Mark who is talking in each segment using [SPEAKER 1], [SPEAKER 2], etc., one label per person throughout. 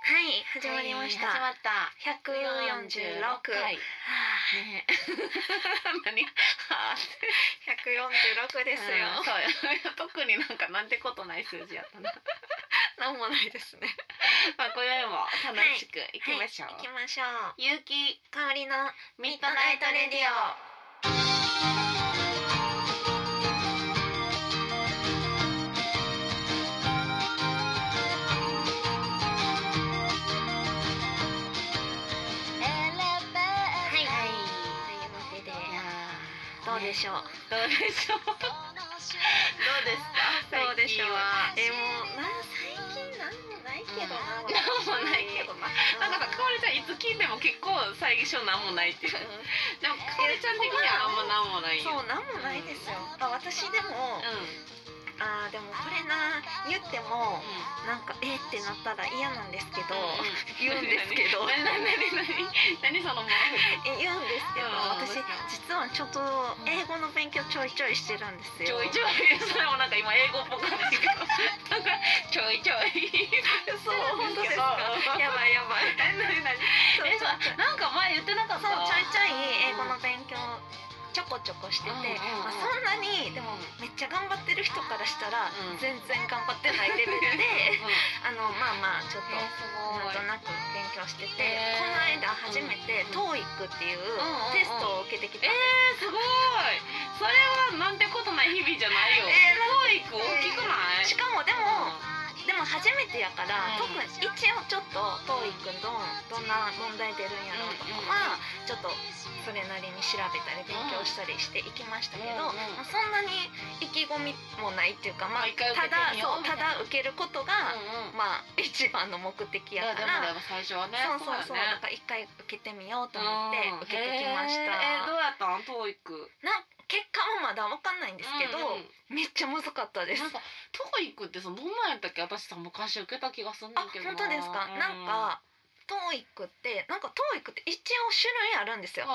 [SPEAKER 1] 始まりました。
[SPEAKER 2] はい始まった
[SPEAKER 1] 百四十六。
[SPEAKER 2] 回ね 何はあ
[SPEAKER 1] 百四十六ですよ。
[SPEAKER 2] うんそうよ 特になんかなんてことない数字やったな
[SPEAKER 1] なんもないですね。
[SPEAKER 2] まあ今宵も楽しくいきましょう、
[SPEAKER 1] はい行きましょう。
[SPEAKER 2] ゆうき
[SPEAKER 1] 香りの
[SPEAKER 2] ミッドナイトレディオ
[SPEAKER 1] はいはい。というわけで
[SPEAKER 2] いやー
[SPEAKER 1] どうでしょう。
[SPEAKER 2] どうでしょうどうですか
[SPEAKER 1] どうでしょう
[SPEAKER 2] は
[SPEAKER 1] えもうな最近なんもないけど な。
[SPEAKER 2] なんもないけどななんかさかおりちゃんいつ聞いても結構最初なんもないっていう
[SPEAKER 1] うん
[SPEAKER 2] でもかおりちゃん的にはあんまなんもないよ
[SPEAKER 1] そうなんもないですよ。あ私でも、
[SPEAKER 2] うん
[SPEAKER 1] あーでもこれな言っても
[SPEAKER 2] うん
[SPEAKER 1] なんかえーってなったら嫌なんですけど、
[SPEAKER 2] うん
[SPEAKER 1] 言うんですけ ど
[SPEAKER 2] 何何何何何そのもう
[SPEAKER 1] え言うんですけど、
[SPEAKER 2] うん
[SPEAKER 1] 私実はちょっと英語の勉強ちょいちょいしてるんです
[SPEAKER 2] ち
[SPEAKER 1] よ。
[SPEAKER 2] ょいちょいそれもなんか今英語っぽくないけどなんかちょいちょい
[SPEAKER 1] そう本当ですか。やばいやばい。
[SPEAKER 2] 何何何
[SPEAKER 1] そう
[SPEAKER 2] え
[SPEAKER 1] ちょ
[SPEAKER 2] さなんか前言ってなかった
[SPEAKER 1] そうちょいちょい英語の勉強ちょこちょこしてて、
[SPEAKER 2] うんうんうん
[SPEAKER 1] まあ、そんなにでもめっちゃ頑張ってる人からしたら
[SPEAKER 2] うん
[SPEAKER 1] 全然頑張ってないレベル
[SPEAKER 2] うん
[SPEAKER 1] で、
[SPEAKER 2] うん
[SPEAKER 1] あのまあまあちょっと。なんと
[SPEAKER 2] え
[SPEAKER 1] なく勉強してて、
[SPEAKER 2] へー
[SPEAKER 1] この間初めて TOEIC っていう
[SPEAKER 2] うんうん
[SPEAKER 1] テストを受けてきたんです
[SPEAKER 2] ーすごいそれはなんてことない日々じゃないよ
[SPEAKER 1] え
[SPEAKER 2] 教育大きくない
[SPEAKER 1] しかもでも、でも初めてやから、
[SPEAKER 2] う
[SPEAKER 1] 特
[SPEAKER 2] ん
[SPEAKER 1] に一応ちょっと TOEIC のどんな問題出るんやろうとかは、ちょっとそれなりに調べたり勉強したりしていきましたけど、
[SPEAKER 2] うんうん
[SPEAKER 1] まあそんなに意気込みもないっていうか、まあ、
[SPEAKER 2] もう一回受
[SPEAKER 1] ただ
[SPEAKER 2] けてみよ
[SPEAKER 1] そうう
[SPEAKER 2] みた
[SPEAKER 1] た
[SPEAKER 2] い
[SPEAKER 1] だ
[SPEAKER 2] な
[SPEAKER 1] 受けること
[SPEAKER 2] うん
[SPEAKER 1] が、
[SPEAKER 2] うん
[SPEAKER 1] まあ一番の目的
[SPEAKER 2] い
[SPEAKER 1] や
[SPEAKER 2] や
[SPEAKER 1] か
[SPEAKER 2] で
[SPEAKER 1] ら。
[SPEAKER 2] もでも最初はね
[SPEAKER 1] そうそうそう、
[SPEAKER 2] だよ
[SPEAKER 1] だから
[SPEAKER 2] ね
[SPEAKER 1] 一回受けてみようと思って
[SPEAKER 2] うん
[SPEAKER 1] 受けてきまし
[SPEAKER 2] へーえーど
[SPEAKER 1] た。
[SPEAKER 2] うやったん TOEIC
[SPEAKER 1] な結果もまだわかんないんですけど、
[SPEAKER 2] うんうん
[SPEAKER 1] めっちゃ難かったです
[SPEAKER 2] なん。かトイックってさどんなんやったっけ私さ昔受けた気がすんね
[SPEAKER 1] あ
[SPEAKER 2] んけど
[SPEAKER 1] 本当ですか、なんか TOEIC ってなんか TOEIC って一応種類あるんです
[SPEAKER 2] で
[SPEAKER 1] よ、で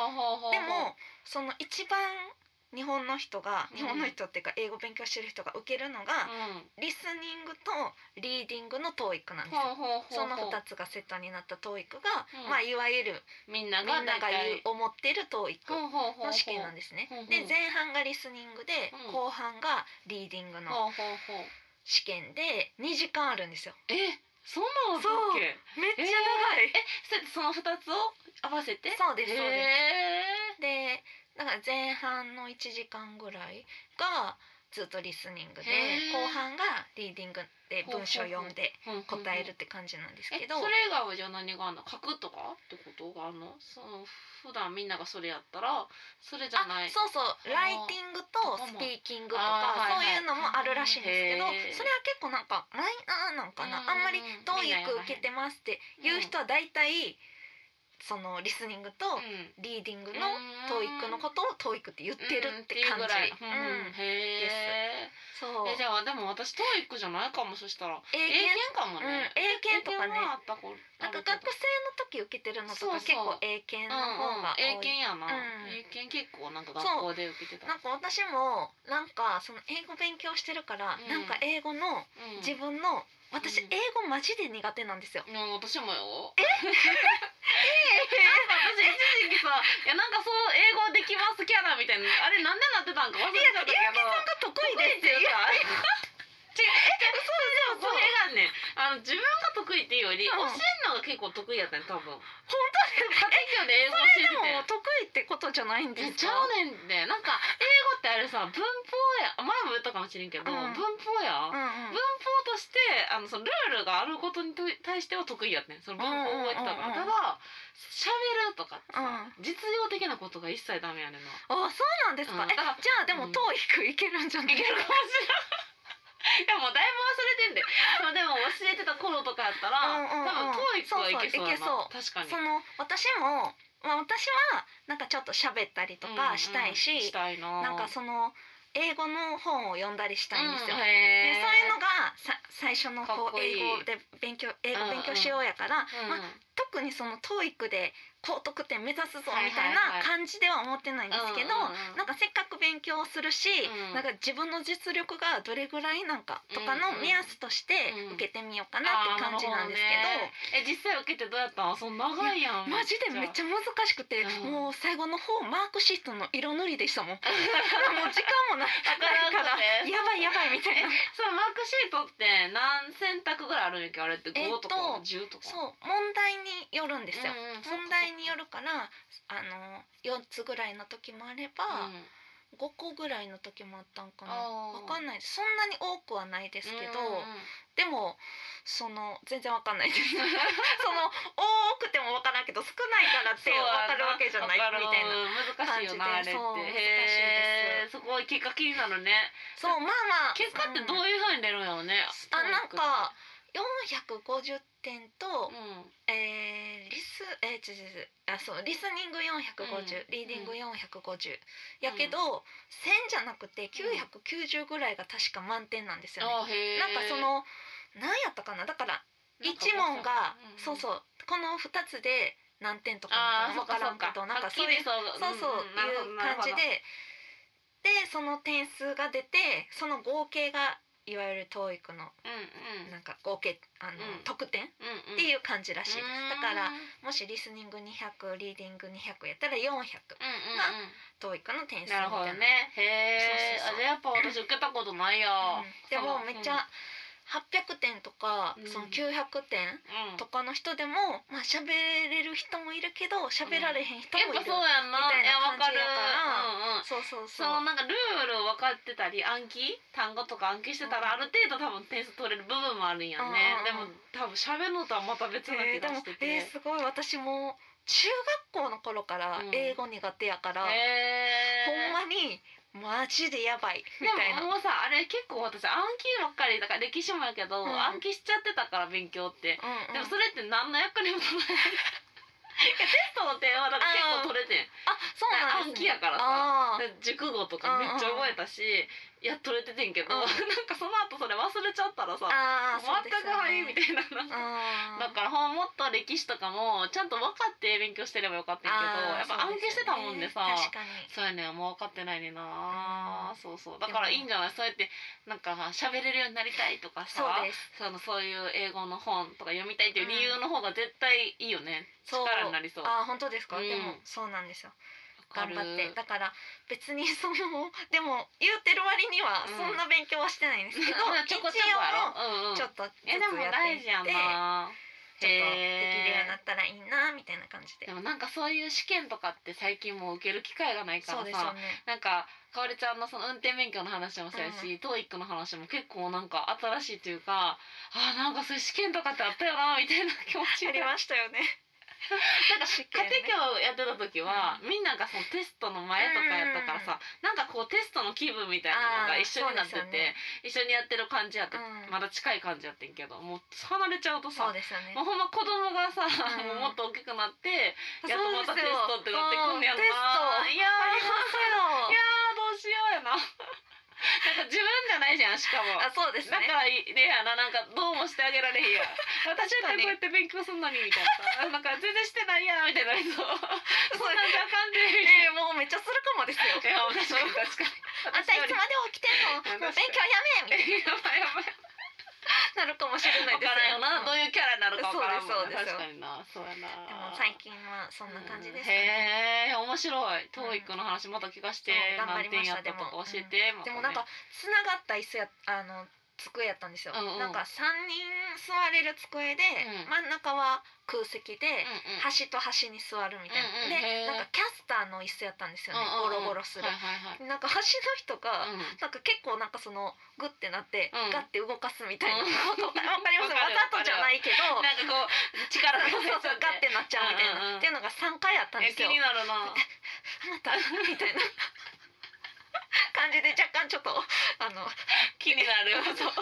[SPEAKER 1] もその一番日本の人が
[SPEAKER 2] うん
[SPEAKER 1] 日本の人っていうか英語勉強してる人が受けるのが、リスニングとリーディングの TOEIC なんですよ、その2つがセットになった TOEIC が、
[SPEAKER 2] うん
[SPEAKER 1] まあいわゆる
[SPEAKER 2] みんな
[SPEAKER 1] みん
[SPEAKER 2] が
[SPEAKER 1] なが言う思ってる TOEIC
[SPEAKER 2] の
[SPEAKER 1] の試験なんですね
[SPEAKER 2] ほうほう
[SPEAKER 1] で前半がリスニングで
[SPEAKER 2] うん
[SPEAKER 1] 後半がリーディングの
[SPEAKER 2] ほうほうほう
[SPEAKER 1] 試験で2時間あるんですよ
[SPEAKER 2] えそんなんだっけ
[SPEAKER 1] めっちゃ長い、
[SPEAKER 2] えそその二つを合わせて
[SPEAKER 1] そうですそうです
[SPEAKER 2] へ
[SPEAKER 1] でだから前半の1時間ぐらいがずっとリスニングで
[SPEAKER 2] へー
[SPEAKER 1] 後半がリーディングで文章読んで
[SPEAKER 2] ー
[SPEAKER 1] 答えるって感じなんです
[SPEAKER 2] え
[SPEAKER 1] けど
[SPEAKER 2] それ以外はじゃあ何があるの書くとかってことがあるのその普段みんながそれやったらそれじゃな
[SPEAKER 1] あ
[SPEAKER 2] い
[SPEAKER 1] そうそうライティングとスピーキングとかそ
[SPEAKER 2] あー
[SPEAKER 1] う
[SPEAKER 2] はいはい
[SPEAKER 1] いうのもあるらしいんですけど
[SPEAKER 2] へー
[SPEAKER 1] それは結構なんかマイナーなんかな
[SPEAKER 2] うん
[SPEAKER 1] あんまり
[SPEAKER 2] う
[SPEAKER 1] 「
[SPEAKER 2] ん
[SPEAKER 1] どういうく受けてます」って言う人は大体そのリスニングと
[SPEAKER 2] うん
[SPEAKER 1] リーディングの TOEIC のことを TOEIC って言ってるって感じ。
[SPEAKER 2] うんっていうぐらい、うん
[SPEAKER 1] うん
[SPEAKER 2] へえ
[SPEAKER 1] そう
[SPEAKER 2] えじゃあでも私トイックじゃないかもそしたら
[SPEAKER 1] 英
[SPEAKER 2] 英
[SPEAKER 1] 検
[SPEAKER 2] 検かも
[SPEAKER 1] うん、
[SPEAKER 2] ね、
[SPEAKER 1] 英検とかね
[SPEAKER 2] はあったこ
[SPEAKER 1] なんか学生の時受けてるのと
[SPEAKER 2] そう
[SPEAKER 1] か
[SPEAKER 2] そう
[SPEAKER 1] 結構英検
[SPEAKER 2] うん
[SPEAKER 1] の方
[SPEAKER 2] うん
[SPEAKER 1] が多い、
[SPEAKER 2] 英検やな、
[SPEAKER 1] うん
[SPEAKER 2] 英検結構なんか学校で受けてた
[SPEAKER 1] なんか私もなんかその英語勉強してるから、
[SPEAKER 2] うん
[SPEAKER 1] なんか英語の
[SPEAKER 2] うん
[SPEAKER 1] 自分の、私
[SPEAKER 2] う
[SPEAKER 1] 英
[SPEAKER 2] ん
[SPEAKER 1] 語マジで苦手なんですよ。
[SPEAKER 2] うん私もよ えなんか私一時期さいやなんかそう英語できますキャラみたいなあれなんでなってたんか忘れちゃったけど
[SPEAKER 1] なんか得意ですって
[SPEAKER 2] 得意っていう
[SPEAKER 1] 言う
[SPEAKER 2] か
[SPEAKER 1] そう
[SPEAKER 2] それがねあの自分が得意っていうより、
[SPEAKER 1] うん
[SPEAKER 2] 教えるのが結構得意やったね多分本当ですか英語教
[SPEAKER 1] で
[SPEAKER 2] えてて
[SPEAKER 1] も得意ってことじゃないんです
[SPEAKER 2] ち
[SPEAKER 1] か
[SPEAKER 2] ゃうねんってなんか英語ってあれさ文法や前も言ったかもしれんけ
[SPEAKER 1] う
[SPEAKER 2] ど、
[SPEAKER 1] ん
[SPEAKER 2] 文法や、
[SPEAKER 1] うんうん
[SPEAKER 2] 文法としてあのそのルールがあることにと対しては得意やってんその文法を覚えてたか
[SPEAKER 1] うんう
[SPEAKER 2] ら、
[SPEAKER 1] んうんうん
[SPEAKER 2] ただ喋るとかってさ、
[SPEAKER 1] う
[SPEAKER 2] 実用的なことが一切ダメやねんな。
[SPEAKER 1] あそうなんですか、
[SPEAKER 2] うん
[SPEAKER 1] え
[SPEAKER 2] だから
[SPEAKER 1] じゃあでも
[SPEAKER 2] うん
[SPEAKER 1] TOEIC いけるんじゃない
[SPEAKER 2] いけるかもしれない。い やもうだいぶ忘れてんで。まあでも教えてた頃とかやったら、
[SPEAKER 1] うんうんうん
[SPEAKER 2] 多分トイックはいけそうやな。
[SPEAKER 1] そう
[SPEAKER 2] 確かに。
[SPEAKER 1] その私も、まあ、私はなんかちょっと喋ったりとかしたいし、
[SPEAKER 2] うんうんしたいな。
[SPEAKER 1] なんかその英語の本を読んだりしたいんですよ。
[SPEAKER 2] う
[SPEAKER 1] でそう
[SPEAKER 2] へー
[SPEAKER 1] いうのがさ最初のこ
[SPEAKER 2] かっ
[SPEAKER 1] う
[SPEAKER 2] こいい
[SPEAKER 1] 英語で勉強英
[SPEAKER 2] うん
[SPEAKER 1] 語
[SPEAKER 2] うん
[SPEAKER 1] 勉強しようやから、
[SPEAKER 2] うん
[SPEAKER 1] まあ特にその TOEIC で高得点目指すぞ
[SPEAKER 2] はいはいはい
[SPEAKER 1] みたいな感じでは思ってないんですけど、
[SPEAKER 2] うんうんうん
[SPEAKER 1] なんかせっかく勉強するし、
[SPEAKER 2] うん
[SPEAKER 1] なんか自分の実力がどれぐらいなんかとかの目安として
[SPEAKER 2] うん
[SPEAKER 1] 受けてみようかなって感じなんですけ
[SPEAKER 2] けど、え実際受けてどうやったのその長いやん
[SPEAKER 1] ど、マジでめっ
[SPEAKER 2] ゃ
[SPEAKER 1] ちゃ難しくて、
[SPEAKER 2] うん
[SPEAKER 1] もう最後の方マークシートの色塗りでしたもん。 だからもう時間もないないから
[SPEAKER 2] からんくて
[SPEAKER 1] やばいやばいみたいな。
[SPEAKER 2] そうマークシートって何選択ぐらいあるんやっけあれって
[SPEAKER 1] えっ
[SPEAKER 2] 5
[SPEAKER 1] と
[SPEAKER 2] とか10とか、
[SPEAKER 1] そう問題によるんですよ。
[SPEAKER 2] うんうんそっかそっか
[SPEAKER 1] 問題によるからあの4つぐらいの時もあれば、
[SPEAKER 2] うん
[SPEAKER 1] 5個ぐらいの時もあったんかな
[SPEAKER 2] あー
[SPEAKER 1] わかんないそんなに多くはないですけど、
[SPEAKER 2] うんうん
[SPEAKER 1] でもその全然わかんないです その多くてもわからんけど少ないからって
[SPEAKER 2] そう
[SPEAKER 1] わ
[SPEAKER 2] や
[SPEAKER 1] か
[SPEAKER 2] な
[SPEAKER 1] るわけじゃない
[SPEAKER 2] わかる
[SPEAKER 1] みたいな
[SPEAKER 2] 難しいよなあれ
[SPEAKER 1] 感
[SPEAKER 2] っ
[SPEAKER 1] じで
[SPEAKER 2] て
[SPEAKER 1] そう
[SPEAKER 2] へえすごい結果気になるね
[SPEAKER 1] そうまあまあ
[SPEAKER 2] 結果ってど
[SPEAKER 1] う
[SPEAKER 2] う
[SPEAKER 1] ん
[SPEAKER 2] いうふうに出るんやろうね、
[SPEAKER 1] あなんか450点と
[SPEAKER 2] う、ん
[SPEAKER 1] えーリスえー、ちょちょちょあそうリスニング450、
[SPEAKER 2] うん
[SPEAKER 1] リーディング450、やけど、1000じゃなくて990ぐらいが確か満点なんですよね。
[SPEAKER 2] あへえ
[SPEAKER 1] なんかその何やったかなだから
[SPEAKER 2] なん
[SPEAKER 1] 一問が
[SPEAKER 2] か
[SPEAKER 1] そ
[SPEAKER 2] 誤差
[SPEAKER 1] うそうこの二つで何点とか
[SPEAKER 2] ああ
[SPEAKER 1] 分
[SPEAKER 2] そっか
[SPEAKER 1] から
[SPEAKER 2] そっ
[SPEAKER 1] んけ
[SPEAKER 2] か
[SPEAKER 1] どなん
[SPEAKER 2] は
[SPEAKER 1] か
[SPEAKER 2] っき
[SPEAKER 1] そう
[SPEAKER 2] り
[SPEAKER 1] いう
[SPEAKER 2] そう
[SPEAKER 1] そうそういう感じででその点数が出てその合計がいわゆる TOEIC の
[SPEAKER 2] うんうん
[SPEAKER 1] なんか合計あの
[SPEAKER 2] うん
[SPEAKER 1] 得点っ
[SPEAKER 2] うんうん
[SPEAKER 1] て
[SPEAKER 2] う
[SPEAKER 1] いう感じらしいですだから
[SPEAKER 2] んうん
[SPEAKER 1] もしリスニング200リーディング200やったら 400TOEIC
[SPEAKER 2] うんうん
[SPEAKER 1] の点数み
[SPEAKER 2] なるほど
[SPEAKER 1] たいな。
[SPEAKER 2] ねへえ
[SPEAKER 1] そうそうそう
[SPEAKER 2] あじゃあやっぱ私受けたことないや、
[SPEAKER 1] うんでもめっちゃ800点とか
[SPEAKER 2] うん
[SPEAKER 1] その900点
[SPEAKER 2] うん、
[SPEAKER 1] とかの人でも、まあ喋れる人もいるけど喋られへん人
[SPEAKER 2] やっ
[SPEAKER 1] もいる、
[SPEAKER 2] ぱそうやんな
[SPEAKER 1] みたい
[SPEAKER 2] いや
[SPEAKER 1] な
[SPEAKER 2] わか
[SPEAKER 1] 感
[SPEAKER 2] る
[SPEAKER 1] じやから
[SPEAKER 2] うんうん
[SPEAKER 1] そうそう
[SPEAKER 2] そ
[SPEAKER 1] そう
[SPEAKER 2] のなんかルールを分かってたり暗記単語とか暗記してたらある程度多分点数取れる部分もあるんやね、
[SPEAKER 1] うんうんうん
[SPEAKER 2] でも多分喋るのとはまた別な
[SPEAKER 1] え
[SPEAKER 2] 気
[SPEAKER 1] ーで
[SPEAKER 2] が
[SPEAKER 1] も
[SPEAKER 2] してて
[SPEAKER 1] えーすごい私も中学校の頃から
[SPEAKER 2] うん
[SPEAKER 1] 英語苦手やから、
[SPEAKER 2] へ
[SPEAKER 1] ほん
[SPEAKER 2] ー
[SPEAKER 1] まにマジでやばいみたい
[SPEAKER 2] で
[SPEAKER 1] な。
[SPEAKER 2] ももうさあれ結構私暗記ばっかりだから歴史もやけど、
[SPEAKER 1] うん
[SPEAKER 2] 暗記しちゃってたから勉強って、
[SPEAKER 1] うんうん
[SPEAKER 2] でもそれって何の役にも立たない いやテストの点はだから結構取れてん
[SPEAKER 1] あそうなんです、
[SPEAKER 2] 暗記
[SPEAKER 1] ね、
[SPEAKER 2] やからさ
[SPEAKER 1] あー
[SPEAKER 2] で熟語とかめっちゃ覚えたし、いや取れててんけど、
[SPEAKER 1] うん
[SPEAKER 2] なんかその後それ忘れちゃったらさ
[SPEAKER 1] あーそう
[SPEAKER 2] 全
[SPEAKER 1] です
[SPEAKER 2] くはいみた
[SPEAKER 1] い
[SPEAKER 2] いななんか
[SPEAKER 1] な
[SPEAKER 2] だからほんまもっと歴史とかもちゃんと分かって勉強してればよかったんやけどやっぱ暗記してたもんでさ
[SPEAKER 1] 確かに
[SPEAKER 2] そうやねんもう分かってないねんな、
[SPEAKER 1] うん
[SPEAKER 2] そうそうだからいいんじゃないそうやってなんか喋れるようになりたいとかさ
[SPEAKER 1] そうです
[SPEAKER 2] そのそういう英語の本とか読みたいっていう理由の方が絶対いいよね、
[SPEAKER 1] そう
[SPEAKER 2] 力になりそう
[SPEAKER 1] あー本当ですか、
[SPEAKER 2] うん
[SPEAKER 1] でもそうなんですよ
[SPEAKER 2] わか
[SPEAKER 1] 頑
[SPEAKER 2] る
[SPEAKER 1] 張 ってだから別にそのでも言うてる割には
[SPEAKER 2] うん
[SPEAKER 1] そんな勉強はしてないんですけど、
[SPEAKER 2] うん ちょこちょこやろ、うんうん、
[SPEAKER 1] 一応ちょっとずつ
[SPEAKER 2] え
[SPEAKER 1] や
[SPEAKER 2] でも
[SPEAKER 1] って
[SPEAKER 2] 大
[SPEAKER 1] いっ
[SPEAKER 2] 事
[SPEAKER 1] て
[SPEAKER 2] やな
[SPEAKER 1] ちょっとできるようにな
[SPEAKER 2] へ
[SPEAKER 1] ったらいいなみたいな感じ
[SPEAKER 2] ー
[SPEAKER 1] で
[SPEAKER 2] でもなんかそういう試験とかって最近もう受ける機会がないか
[SPEAKER 1] そう
[SPEAKER 2] ら
[SPEAKER 1] ですよ
[SPEAKER 2] さ、
[SPEAKER 1] ね
[SPEAKER 2] なんかかおりちゃんのその運転免許の話もそうやし、トーイックの話も結構なんか新しいというかあーなんかそういう試験とかってあったよなみたいな気持ち
[SPEAKER 1] あ
[SPEAKER 2] に
[SPEAKER 1] り
[SPEAKER 2] なる
[SPEAKER 1] ました よね
[SPEAKER 2] なんか家庭教やってた時は、みんながそのテストの前とかやったからさ、なんかこうテストの気分みたいなのが一緒になってて、
[SPEAKER 1] あーそうで
[SPEAKER 2] 一緒にやってる感じやって、
[SPEAKER 1] うん
[SPEAKER 2] まだ近い感じやってんけどもう離れちゃうと
[SPEAKER 1] そ
[SPEAKER 2] さ
[SPEAKER 1] うですよね
[SPEAKER 2] もうほんま子供がさ、
[SPEAKER 1] ん
[SPEAKER 2] もうもっと大きくなって
[SPEAKER 1] そうです
[SPEAKER 2] やっ
[SPEAKER 1] よ
[SPEAKER 2] とまたテストってなってくんねやろ
[SPEAKER 1] うん
[SPEAKER 2] な
[SPEAKER 1] テスト
[SPEAKER 2] いや
[SPEAKER 1] あり
[SPEAKER 2] ー
[SPEAKER 1] ます
[SPEAKER 2] い
[SPEAKER 1] よ
[SPEAKER 2] やーどうしようやな なんか自分じゃないじゃんしかも
[SPEAKER 1] あそうです
[SPEAKER 2] だ
[SPEAKER 1] ね
[SPEAKER 2] からいいねやななんかどうもしてあげられへんやん 私だってこうやって勉強すんのにみたいなさなんか全然してないやんみたい なりそうそんなんじゃあかんでみたい
[SPEAKER 1] えー、もうめっちゃするかもですよ
[SPEAKER 2] ないや確かに確かに
[SPEAKER 1] あんたいつまで起きてんのもう勉強やめみたい
[SPEAKER 2] 私よりやばいやばい
[SPEAKER 1] になるかもしれない
[SPEAKER 2] 分
[SPEAKER 1] で
[SPEAKER 2] か
[SPEAKER 1] す
[SPEAKER 2] らんよな、ど
[SPEAKER 1] うん
[SPEAKER 2] ういうキャラになるか分からんもんね
[SPEAKER 1] そうですそう
[SPEAKER 2] 確
[SPEAKER 1] です
[SPEAKER 2] かになそうや
[SPEAKER 1] で
[SPEAKER 2] な
[SPEAKER 1] も最近はそんな感じですかね、
[SPEAKER 2] ね。へえ、面白い。トーイックの話また聞かして、
[SPEAKER 1] そう頑張り
[SPEAKER 2] 何
[SPEAKER 1] ま
[SPEAKER 2] 点
[SPEAKER 1] し
[SPEAKER 2] や
[SPEAKER 1] た
[SPEAKER 2] ったとか教えて。また
[SPEAKER 1] でも
[SPEAKER 2] ね
[SPEAKER 1] なんかつながった椅子やあの机やったんですよ、
[SPEAKER 2] うんうん
[SPEAKER 1] なんか3人座れる机で、
[SPEAKER 2] うん
[SPEAKER 1] 真ん中は空席で、
[SPEAKER 2] うんうん
[SPEAKER 1] 端と端に座るみたいな、
[SPEAKER 2] うんうんへ
[SPEAKER 1] で
[SPEAKER 2] ー
[SPEAKER 1] なんかキャスターの椅子やったんですよね、
[SPEAKER 2] うんうんう
[SPEAKER 1] ゴ
[SPEAKER 2] ん
[SPEAKER 1] ロゴロする、
[SPEAKER 2] はいはい
[SPEAKER 1] なんか端の人
[SPEAKER 2] はい。
[SPEAKER 1] が、
[SPEAKER 2] うん
[SPEAKER 1] なんか結構なんかそのグッてなって、
[SPEAKER 2] うん
[SPEAKER 1] ガッて動かすみたいな
[SPEAKER 2] うん
[SPEAKER 1] こと、わかります
[SPEAKER 2] わか
[SPEAKER 1] わ
[SPEAKER 2] る
[SPEAKER 1] ざとじゃないけど
[SPEAKER 2] なんかこう力が
[SPEAKER 1] そうそうそうガッてなっちゃうみたいな、
[SPEAKER 2] うんうんうん
[SPEAKER 1] っていうのが3回あったん
[SPEAKER 2] え
[SPEAKER 1] です
[SPEAKER 2] 気
[SPEAKER 1] よ
[SPEAKER 2] になるな。
[SPEAKER 1] あなたみたいな感じで若干ちょっとあの
[SPEAKER 2] 気になる。そう。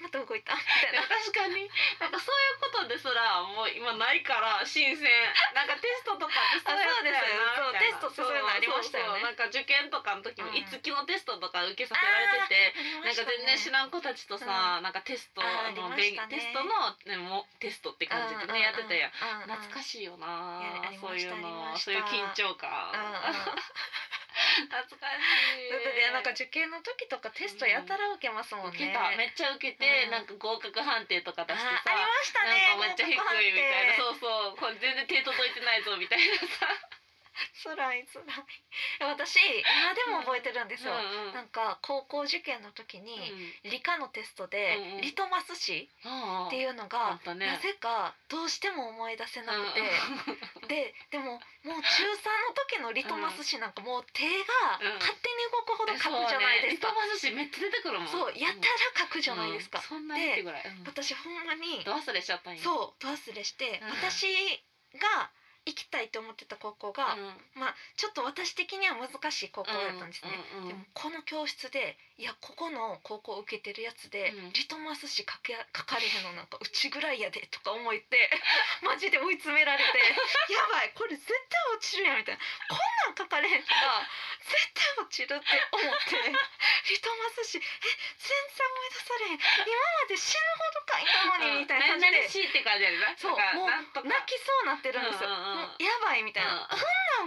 [SPEAKER 1] またどこ行ったみたいな
[SPEAKER 2] 確かになんかそういうことですらもう今ないから新鮮なんかテストとかってそうやったよなみたいな
[SPEAKER 1] あそうですよそうテストってそういうのありましたよね
[SPEAKER 2] そうそうなんか受験とかの時も
[SPEAKER 1] うん
[SPEAKER 2] いつきのテストとか受けさせられてて、なんか全然知
[SPEAKER 1] ない
[SPEAKER 2] らん子たちとさ、なんかテスト
[SPEAKER 1] あーあり
[SPEAKER 2] の、
[SPEAKER 1] ま
[SPEAKER 2] 勉
[SPEAKER 1] したね
[SPEAKER 2] テストのねもうテストって感じでねやってたやん懐か
[SPEAKER 1] しい
[SPEAKER 2] しいよない
[SPEAKER 1] やありま
[SPEAKER 2] そうい
[SPEAKER 1] した
[SPEAKER 2] う
[SPEAKER 1] あり
[SPEAKER 2] の
[SPEAKER 1] ました
[SPEAKER 2] そういう緊張感
[SPEAKER 1] だ
[SPEAKER 2] 懐かしい
[SPEAKER 1] ってなんか受験の時とかテストやたら受けますもんね
[SPEAKER 2] 受けためっちゃ受けて、
[SPEAKER 1] うん
[SPEAKER 2] なんか合格判定とか
[SPEAKER 1] あー
[SPEAKER 2] 出して
[SPEAKER 1] あり
[SPEAKER 2] さ
[SPEAKER 1] ましたね
[SPEAKER 2] なんかめっちゃ低いみたいな
[SPEAKER 1] 合格判定
[SPEAKER 2] そうそうこれ全然手届いてないぞみたいなさ
[SPEAKER 1] 辛い辛い私今でも覚えてるんですよ、
[SPEAKER 2] うんうん
[SPEAKER 1] なんか高校受験の時
[SPEAKER 2] う
[SPEAKER 1] に、
[SPEAKER 2] ん
[SPEAKER 1] 理科のテストで、
[SPEAKER 2] うんうん
[SPEAKER 1] リトマス紙っ
[SPEAKER 2] ああ
[SPEAKER 1] ていうのが
[SPEAKER 2] あっ、たね
[SPEAKER 1] なぜかどうしても思い出せなくて、
[SPEAKER 2] うん
[SPEAKER 1] ででももう中3の時のリトマス紙なんかもう手が
[SPEAKER 2] うん
[SPEAKER 1] 勝手に動くほど書くじゃないですか
[SPEAKER 2] そうねリト、マス紙めっちゃ出てくるもん
[SPEAKER 1] そうやたら書くじゃないですか、
[SPEAKER 2] うんそんなにってぐらい、うん、
[SPEAKER 1] 私ほんまに
[SPEAKER 2] ド忘れしちゃったんやう
[SPEAKER 1] そうド忘れして、
[SPEAKER 2] うん
[SPEAKER 1] 私が行きたいと思ってた高校が、
[SPEAKER 2] ん
[SPEAKER 1] まあちょっと私的には難しい高校だったんですね、
[SPEAKER 2] うんうんう
[SPEAKER 1] で
[SPEAKER 2] ん
[SPEAKER 1] もこの教室でいやここの高校受けてるやつで、
[SPEAKER 2] うん
[SPEAKER 1] リトマス紙書け書かれへんのなんかうちぐらいやでとか思いって マジで追い詰めら れてやばいこれ絶対落ちるやんみたいなこんなん書かれへんから絶対落ちるって思って リトマス紙え全然思い出されへん今まで死ぬほど書いたのにみたいな感じ
[SPEAKER 2] 何々
[SPEAKER 1] で。
[SPEAKER 2] しいって感じやでな
[SPEAKER 1] そう
[SPEAKER 2] だから
[SPEAKER 1] もう
[SPEAKER 2] なんとか
[SPEAKER 1] 泣きそうなってるんですよ、
[SPEAKER 2] うんうんうん
[SPEAKER 1] もうやばいみたいな、
[SPEAKER 2] う